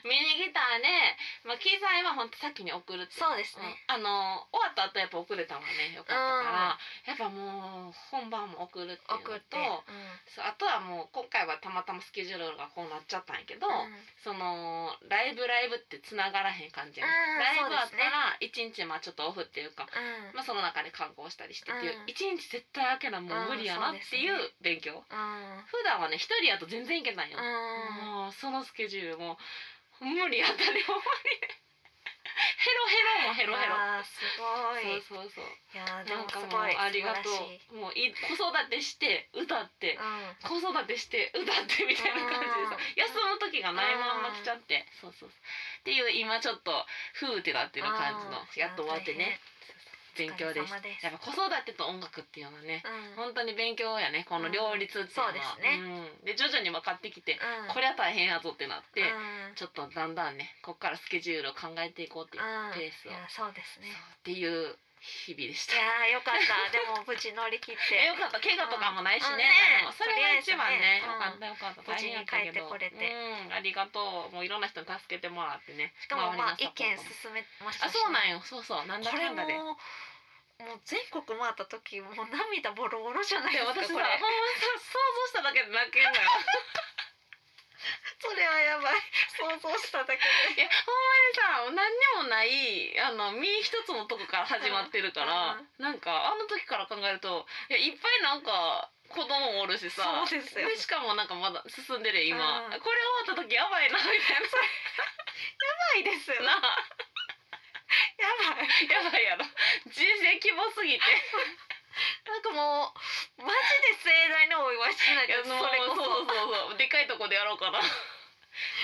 [SPEAKER 2] ミニギターで、まあ、機材は本当先に送るってい
[SPEAKER 1] そうですね
[SPEAKER 2] うんあの終わった後やっぱ送れたのはねよかったから、やっぱもう本番も送るっていう
[SPEAKER 1] 送
[SPEAKER 2] の
[SPEAKER 1] っ
[SPEAKER 2] と
[SPEAKER 1] て
[SPEAKER 2] そうあとはもう今回はたまたまスケジュールがこうなっちゃったんやけど、
[SPEAKER 1] うんうん
[SPEAKER 2] そのライブライブってつながらへん感じやね
[SPEAKER 1] うん
[SPEAKER 2] ライブあ
[SPEAKER 1] そ
[SPEAKER 2] っ
[SPEAKER 1] うです
[SPEAKER 2] た
[SPEAKER 1] ね
[SPEAKER 2] ら一日まあちょっとオフっていうか、
[SPEAKER 1] うん
[SPEAKER 2] まあ、その中で観光したりしてっていう
[SPEAKER 1] うん
[SPEAKER 2] 一、日絶対開けなもう無理やなっていう
[SPEAKER 1] うんそう
[SPEAKER 2] 勉強、
[SPEAKER 1] うん
[SPEAKER 2] 普段はね一人やと全然行けないよ、
[SPEAKER 1] うん
[SPEAKER 2] もうそのスケジュールも無理やったねほんまにヘロヘロもヘロヘロ
[SPEAKER 1] わあすごい
[SPEAKER 2] そうそうそう
[SPEAKER 1] いやーでも
[SPEAKER 2] なん
[SPEAKER 1] す
[SPEAKER 2] かも
[SPEAKER 1] ご
[SPEAKER 2] う
[SPEAKER 1] い
[SPEAKER 2] ありがと
[SPEAKER 1] 素晴らしいう
[SPEAKER 2] もうい子育てして歌って
[SPEAKER 1] うん
[SPEAKER 2] 子育てして歌ってみたいな感じでさ
[SPEAKER 1] うん
[SPEAKER 2] 休む時がないまんま来ちゃってそうそうそうっていう今ちょっとふーってなってる感じの
[SPEAKER 1] うん
[SPEAKER 2] やっと終わってね
[SPEAKER 1] い
[SPEAKER 2] 勉
[SPEAKER 1] や
[SPEAKER 2] 強で
[SPEAKER 1] 大変お疲れ様
[SPEAKER 2] す
[SPEAKER 1] です
[SPEAKER 2] やっぱ子育てと音楽っていうのはね
[SPEAKER 1] うん
[SPEAKER 2] 本当に勉強やねこの両立っていうのは、
[SPEAKER 1] うんそうです
[SPEAKER 2] うんで徐々に分かってきて、
[SPEAKER 1] うん
[SPEAKER 2] これは大変やぞってなって、
[SPEAKER 1] うん
[SPEAKER 2] ちょっとだんだんねこっからスケジュールを考えていこうっていう、
[SPEAKER 1] うん
[SPEAKER 2] ペース
[SPEAKER 1] い
[SPEAKER 2] を
[SPEAKER 1] やそうですね
[SPEAKER 2] そうっていう日々でし
[SPEAKER 1] い
[SPEAKER 2] た。
[SPEAKER 1] やーよかったでも無事乗り切っ
[SPEAKER 2] えよ
[SPEAKER 1] て
[SPEAKER 2] かった怪我とかもないしね,、
[SPEAKER 1] うんね
[SPEAKER 2] 何もそれが一番ね
[SPEAKER 1] とりあえず
[SPEAKER 2] よかったよかった
[SPEAKER 1] 無事に
[SPEAKER 2] やったけど
[SPEAKER 1] 帰ってこれて
[SPEAKER 2] うんありがとうもういろんな人に助けてもらってね
[SPEAKER 1] しかもまあ
[SPEAKER 2] 周り
[SPEAKER 1] 意
[SPEAKER 2] のサポ
[SPEAKER 1] 見進
[SPEAKER 2] ートも
[SPEAKER 1] めました
[SPEAKER 2] あそうなんんよそうそうなんだ
[SPEAKER 1] これ
[SPEAKER 2] かん
[SPEAKER 1] も
[SPEAKER 2] だでで
[SPEAKER 1] もう全国回った時もう涙ボロボロじゃないですか
[SPEAKER 2] 私さほ
[SPEAKER 1] こ
[SPEAKER 2] んま
[SPEAKER 1] れ
[SPEAKER 2] さ想像しただけで泣けるのよ
[SPEAKER 1] それはやばい想像した だけで
[SPEAKER 2] いやほんまにさ何にもないあの身一つのとこから始まってるから、
[SPEAKER 1] うん
[SPEAKER 2] なんかあの時から考えるといやいっぱいなんか子供もおるしさ
[SPEAKER 1] そうですよ
[SPEAKER 2] しかもなんかまだ進んでるよ今、
[SPEAKER 1] うん
[SPEAKER 2] これ終わった時やばいなみたいな
[SPEAKER 1] やばいですよね
[SPEAKER 2] な
[SPEAKER 1] やばい
[SPEAKER 2] やばいやろ人生規模 すぎて
[SPEAKER 1] なんかもうマジで盛大なお祝いしない
[SPEAKER 2] いや
[SPEAKER 1] と
[SPEAKER 2] もう
[SPEAKER 1] それこ
[SPEAKER 2] そう
[SPEAKER 1] そ
[SPEAKER 2] そうそうでかいとこでやろうかな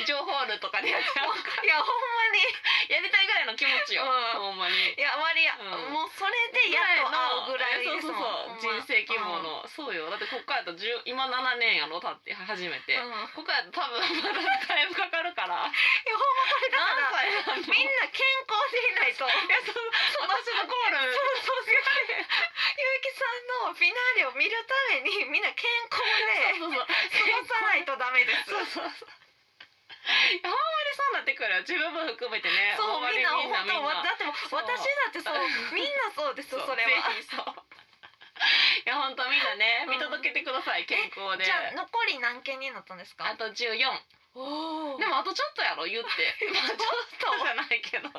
[SPEAKER 2] 情報あるとかでやってやろうか
[SPEAKER 1] いや ほんまに
[SPEAKER 2] やりたいぐらいの気持ちよ、
[SPEAKER 1] う
[SPEAKER 2] ほんまに
[SPEAKER 1] いや割りや、
[SPEAKER 2] うん
[SPEAKER 1] もうそれでやっと会うぐらいです
[SPEAKER 2] そう
[SPEAKER 1] もん
[SPEAKER 2] そうそう人生規模
[SPEAKER 1] うん
[SPEAKER 2] の、そうよだってこっからやと10今7年やろ経って初めて、
[SPEAKER 1] うん
[SPEAKER 2] こっからやと多分まだだいぶかかるから
[SPEAKER 1] いやほんまこれだ
[SPEAKER 2] 何
[SPEAKER 1] から
[SPEAKER 2] 歳なの
[SPEAKER 1] みんな健康でいないと
[SPEAKER 2] いやそう私のコール
[SPEAKER 1] そうそう結城さんのフィナーレを見るためにみんな健康で
[SPEAKER 2] そうそうそう
[SPEAKER 1] 過ごさないとダメです
[SPEAKER 2] そうそうそういやほんまにそうなってくるよ自分も含めてね
[SPEAKER 1] そう
[SPEAKER 2] ほんま
[SPEAKER 1] みん
[SPEAKER 2] に
[SPEAKER 1] な本当
[SPEAKER 2] みんな
[SPEAKER 1] だってもう
[SPEAKER 2] そう
[SPEAKER 1] 私だって そうみんなそうです
[SPEAKER 2] そう
[SPEAKER 1] それは
[SPEAKER 2] ぜひそういや本当みんなね
[SPEAKER 1] うん
[SPEAKER 2] 見届けてください、健康で
[SPEAKER 1] じゃあ残り何件になったんですか
[SPEAKER 2] あと14
[SPEAKER 1] おお
[SPEAKER 2] でもあとちょっとやろ言ってまあちょっとじゃないけど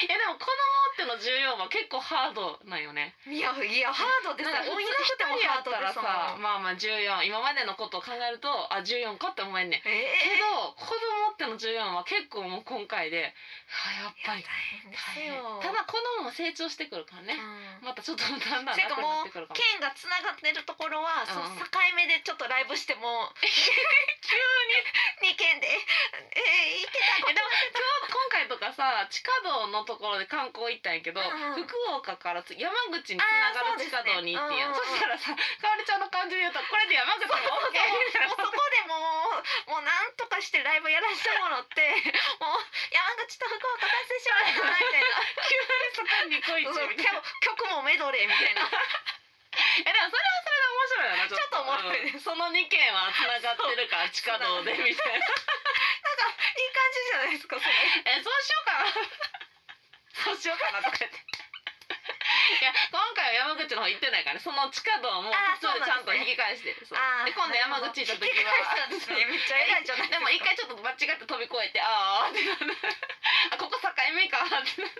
[SPEAKER 2] いいやでも子供っての重要は結構ハードなんよね。
[SPEAKER 1] いやいやハードでさ
[SPEAKER 2] なんか
[SPEAKER 1] 追いなくてもハード
[SPEAKER 2] 一人や
[SPEAKER 1] で
[SPEAKER 2] ったら
[SPEAKER 1] さ
[SPEAKER 2] さ、まあまあ重要。今までのことを考えるとあ重要かって思えんねん。
[SPEAKER 1] え
[SPEAKER 2] け
[SPEAKER 1] え
[SPEAKER 2] ど子供っての重要は結構もう今回で、あやっ
[SPEAKER 1] いや
[SPEAKER 2] ぱ
[SPEAKER 1] 大
[SPEAKER 2] り
[SPEAKER 1] 変です
[SPEAKER 2] 大変
[SPEAKER 1] よ
[SPEAKER 2] ただ子供も成長してくるからね。
[SPEAKER 1] うん
[SPEAKER 2] またちょっとだんだん楽
[SPEAKER 1] て
[SPEAKER 2] に
[SPEAKER 1] か
[SPEAKER 2] な
[SPEAKER 1] もう
[SPEAKER 2] ってくるかも。
[SPEAKER 1] 剣がつながってるところは、その
[SPEAKER 2] うん
[SPEAKER 1] 境目でちょっとライブして も急に2件でえー、いけたこ
[SPEAKER 2] えでもちょうど今回とかさ地下道のところで観光行ったんやけど、
[SPEAKER 1] うんうん
[SPEAKER 2] 福岡からつ山口につなが
[SPEAKER 1] あーそうで
[SPEAKER 2] る
[SPEAKER 1] す
[SPEAKER 2] 地下
[SPEAKER 1] ね
[SPEAKER 2] 道に行ってんやん
[SPEAKER 1] うんうんうん
[SPEAKER 2] そしたらさかおりちゃんの感じで言うとこれで山口も OK みたい
[SPEAKER 1] も
[SPEAKER 2] な
[SPEAKER 1] うそこでもうもうなんとかしてライブやらせてもらって もう山口と福岡達成しましたみたいな
[SPEAKER 2] そこに来 いち
[SPEAKER 1] そう
[SPEAKER 2] みたいな
[SPEAKER 1] 曲もメドレーみた いな
[SPEAKER 2] えでもそれはそれで
[SPEAKER 1] ちょっと面白いね
[SPEAKER 2] 面白いよなうんその2件はつながってるから地下道でみたいな
[SPEAKER 1] いい感じじゃないですかそれ
[SPEAKER 2] えそうしようかなそうしようかなとか言って。いや今回は山口の方行ってないからねその地下道も
[SPEAKER 1] あー
[SPEAKER 2] 普通でちゃんと引き返してそう
[SPEAKER 1] あー
[SPEAKER 2] で今度山口行った 時は
[SPEAKER 1] なるほど引き返したんですねめっちゃ偉いじゃない
[SPEAKER 2] でも一回ちょっと間違って飛び越えてあーあってなるあここ境目かってなっ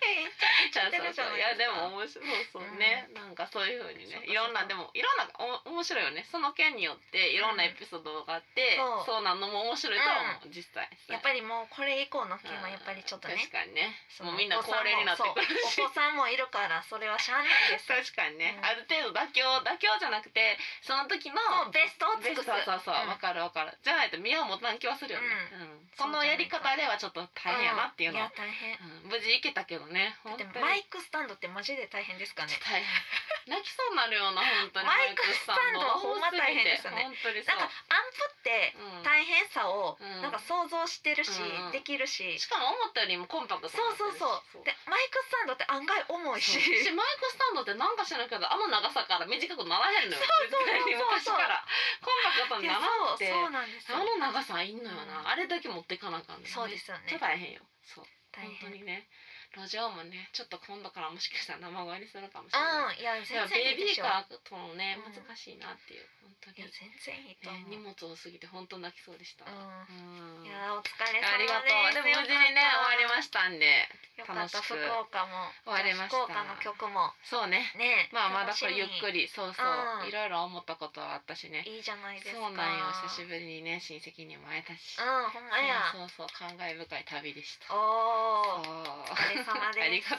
[SPEAKER 1] えー
[SPEAKER 2] ちゃう
[SPEAKER 1] ってるじゃ
[SPEAKER 2] そうそう
[SPEAKER 1] ない
[SPEAKER 2] い
[SPEAKER 1] ですか
[SPEAKER 2] やでも面白いそうそうね、なんかそういう風にねいろんなでもいろんなお面白いよねその件によっていろんなエピソードがあって、
[SPEAKER 1] うん
[SPEAKER 2] そうなのも面白いとは思う、実際
[SPEAKER 1] やっぱりもうこれ以降の件はやっぱりちょっとね
[SPEAKER 2] 確かにね
[SPEAKER 1] その
[SPEAKER 2] もうみんな高齢になってくるし
[SPEAKER 1] お子さんもそうお子さんもいるからそれはしゃあないです
[SPEAKER 2] 確かにね、
[SPEAKER 1] うん
[SPEAKER 2] ある程度妥協妥協じゃなくてその時の
[SPEAKER 1] もうベストを
[SPEAKER 2] ベ
[SPEAKER 1] 尽
[SPEAKER 2] ス
[SPEAKER 1] く
[SPEAKER 2] ト
[SPEAKER 1] す
[SPEAKER 2] そうそうそう
[SPEAKER 1] うん
[SPEAKER 2] わ、かるわかるじゃないと身を持たん気はするよね、うんこのやり方ではちょっと大変やなっていうの
[SPEAKER 1] い
[SPEAKER 2] は
[SPEAKER 1] や大変
[SPEAKER 2] うん無事行けたけどね本当
[SPEAKER 1] で
[SPEAKER 2] に
[SPEAKER 1] もマイクスタンドってマジで大変ですかね
[SPEAKER 2] 大変泣きそうになるような本当に
[SPEAKER 1] マイクスタンドはほんま
[SPEAKER 2] マイクスタンド
[SPEAKER 1] 大
[SPEAKER 2] 本当にそ
[SPEAKER 1] なんかアン
[SPEAKER 2] う
[SPEAKER 1] プって
[SPEAKER 2] うん
[SPEAKER 1] 大変さを
[SPEAKER 2] うん
[SPEAKER 1] なんか想像してるし、
[SPEAKER 2] うんうん
[SPEAKER 1] できるし、
[SPEAKER 2] しかも思ったよりもコンパクト
[SPEAKER 1] そうそうそう
[SPEAKER 2] になってるし
[SPEAKER 1] でマイクスタンドって案外重いし
[SPEAKER 2] そうしマイクスタンドってなんか知らんけどあの長さから短くならへんの
[SPEAKER 1] そう
[SPEAKER 2] よ
[SPEAKER 1] そうそう
[SPEAKER 2] 絶対に昔からコンパクト
[SPEAKER 1] い
[SPEAKER 2] に
[SPEAKER 1] や
[SPEAKER 2] ならん
[SPEAKER 1] そう
[SPEAKER 2] って
[SPEAKER 1] そうなんですよ
[SPEAKER 2] あの長さいんのよな、
[SPEAKER 1] うん
[SPEAKER 2] あれだけ持っていかなあかんのよね
[SPEAKER 1] そうですよね
[SPEAKER 2] めっちゃ大変よそう
[SPEAKER 1] 大変
[SPEAKER 2] 本
[SPEAKER 1] うん
[SPEAKER 2] 当にね路上もねちょっと今度からもしかしたら生声にするかもしれない
[SPEAKER 1] いや
[SPEAKER 2] い
[SPEAKER 1] 全
[SPEAKER 2] や
[SPEAKER 1] 然いい
[SPEAKER 2] ベ
[SPEAKER 1] でし
[SPEAKER 2] ビー
[SPEAKER 1] ょ
[SPEAKER 2] カーとのね
[SPEAKER 1] うん
[SPEAKER 2] 難しいなっていう本当
[SPEAKER 1] いや
[SPEAKER 2] に、
[SPEAKER 1] 全然いいと思
[SPEAKER 2] えー荷
[SPEAKER 1] う、
[SPEAKER 2] 物多すぎて本当泣きそうでした、
[SPEAKER 1] う、
[SPEAKER 2] うんん
[SPEAKER 1] いやお疲れ様です
[SPEAKER 2] ありがとうでも無事にね終わりま
[SPEAKER 1] し
[SPEAKER 2] したんで
[SPEAKER 1] よかった
[SPEAKER 2] 楽しく
[SPEAKER 1] 福岡も
[SPEAKER 2] 終わりました
[SPEAKER 1] 福岡の曲も
[SPEAKER 2] そうね
[SPEAKER 1] ね
[SPEAKER 2] まあまだこれゆっく
[SPEAKER 1] り
[SPEAKER 2] りそうそう、
[SPEAKER 1] うん
[SPEAKER 2] いろいろ思ったことはあったしね
[SPEAKER 1] いいじゃないですか
[SPEAKER 2] そうなんよ久しぶりにね親戚にも会えたし、
[SPEAKER 1] うんほんまや
[SPEAKER 2] そうそうそう感慨深い旅でした
[SPEAKER 1] おお
[SPEAKER 2] そう
[SPEAKER 1] お疲れ様です
[SPEAKER 2] ありがとう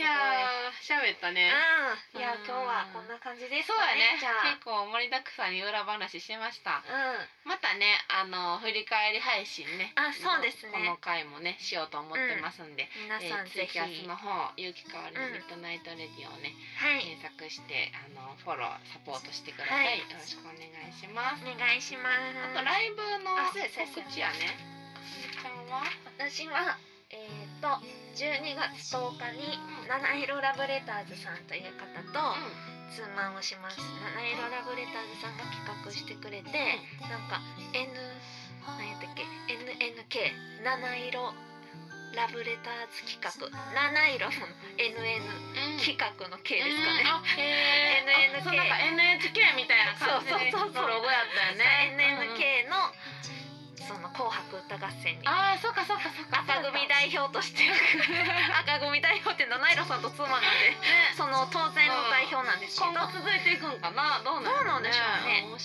[SPEAKER 1] いや
[SPEAKER 2] やー喋ったね、
[SPEAKER 1] すごいうんいや
[SPEAKER 2] うん
[SPEAKER 1] 今日はこんな感じです
[SPEAKER 2] そう
[SPEAKER 1] か
[SPEAKER 2] やね
[SPEAKER 1] じゃ
[SPEAKER 2] 結構盛りだくさんに裏話しました
[SPEAKER 1] あうん
[SPEAKER 2] またねあの振り返り配信ね
[SPEAKER 1] あそうですね
[SPEAKER 2] この回もねしようと思ってますんで、
[SPEAKER 1] 皆さん
[SPEAKER 2] えー
[SPEAKER 1] ぜひ、
[SPEAKER 2] ツイキャスの
[SPEAKER 1] は
[SPEAKER 2] 方「ゆうきかおりのミッドナイトレディ」をね、
[SPEAKER 1] い
[SPEAKER 2] 検索してあのフォローサポートしてください、
[SPEAKER 1] はい
[SPEAKER 2] よろしくお願いします
[SPEAKER 1] お願いします
[SPEAKER 2] あとライブの
[SPEAKER 1] あそうやそうや
[SPEAKER 2] 告知やねみーちゃんは
[SPEAKER 1] 私はえー、と12月10日に七色ラブレターズさんという方と
[SPEAKER 2] う
[SPEAKER 1] ツーマンをします七色ラブレターズさんが企画してくれてなんか N 何やったっけ NNK 七色ラブレターズ企画七色の NN
[SPEAKER 2] ん
[SPEAKER 1] 企画の K ですかね、
[SPEAKER 2] うんあへえ
[SPEAKER 1] NNK
[SPEAKER 2] あそうなんか NHK みたいな感じで
[SPEAKER 1] そうそうそうそう
[SPEAKER 2] ロゴやったよね
[SPEAKER 1] NNK のその紅白歌合戦に
[SPEAKER 2] ああそうかそうかそうか
[SPEAKER 1] 赤組代表として赤組代表って七色さんと妻なんで
[SPEAKER 2] ね
[SPEAKER 1] その当然の代表なんですけど、
[SPEAKER 2] 今後続いていくんかなどう
[SPEAKER 1] どうな
[SPEAKER 2] なん
[SPEAKER 1] で
[SPEAKER 2] ん
[SPEAKER 1] し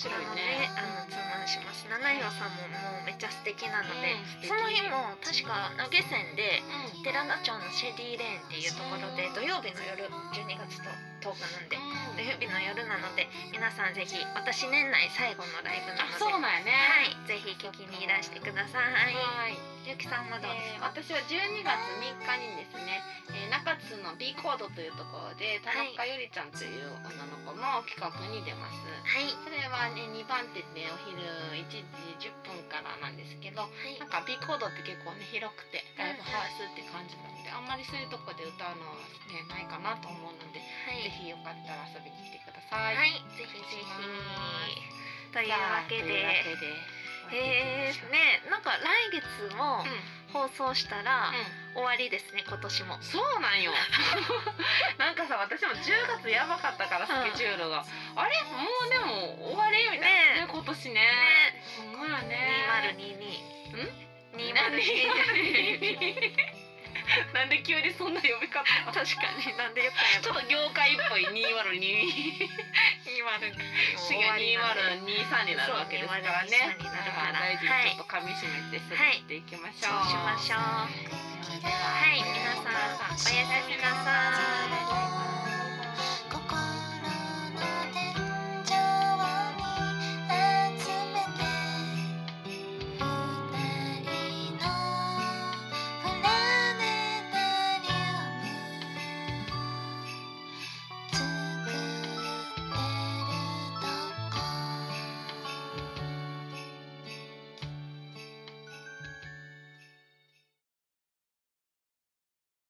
[SPEAKER 1] ょうね
[SPEAKER 2] 面白いね
[SPEAKER 1] あのねあのツーマンします七色さんももうめっちゃ素敵なので、
[SPEAKER 2] うん素
[SPEAKER 1] そ
[SPEAKER 2] 敵
[SPEAKER 1] の日も確か投げ銭で
[SPEAKER 2] うん
[SPEAKER 1] 寺田町のシェディレーンっていうところで土曜日の夜12月と10日なんで
[SPEAKER 2] うん
[SPEAKER 1] 土曜日の夜なので皆さんぜひ私年内最後のライブなの
[SPEAKER 2] あ
[SPEAKER 1] で
[SPEAKER 2] そうなんやね
[SPEAKER 1] はいぜひ聞きにいらしてください、
[SPEAKER 2] はい
[SPEAKER 1] ゆきさんはどうですか、
[SPEAKER 2] えー私は12月3日にですね、えー中津の B コードというところで田中ゆりちゃんという女の子の企画に出ます、
[SPEAKER 1] はい
[SPEAKER 2] それはね2番手でお昼1時10分からなんですけど
[SPEAKER 1] はい
[SPEAKER 2] なんか B コードって結構ね広くてライブハウスって感じなのであんまりそういうとこで歌うのは、ね、ないかなと思うので、
[SPEAKER 1] はい
[SPEAKER 2] ぜひよかったら遊びに来てください。
[SPEAKER 1] はい、ぜひぜひ。という
[SPEAKER 2] じゃあ
[SPEAKER 1] わけ
[SPEAKER 2] というわ
[SPEAKER 1] で。
[SPEAKER 2] けで
[SPEAKER 1] えー、ね、なんか来月も
[SPEAKER 2] うん、うん
[SPEAKER 1] 放送したら、終わりですね、今年も。
[SPEAKER 2] そうな んよなんかさ私も10月やばかったからスケジュールが、あれもうでも終わりみたいなね今年ね
[SPEAKER 1] ね、
[SPEAKER 2] ほんまや
[SPEAKER 1] 二0 2二。
[SPEAKER 2] ねん
[SPEAKER 1] 二0 2二。
[SPEAKER 2] なんで急にそんな呼び方
[SPEAKER 1] 確かになんで言ったんやろ
[SPEAKER 2] ちょっと業界っぽい202
[SPEAKER 1] 202
[SPEAKER 2] 次が2023になるわけですからね
[SPEAKER 1] そう2023になるから
[SPEAKER 2] 大事
[SPEAKER 1] はい
[SPEAKER 2] にちょっと噛み締めて過ごしていきまし
[SPEAKER 1] そ
[SPEAKER 2] ょう、
[SPEAKER 1] うしましょう
[SPEAKER 2] ではでは
[SPEAKER 1] はい皆さんおやすみなさい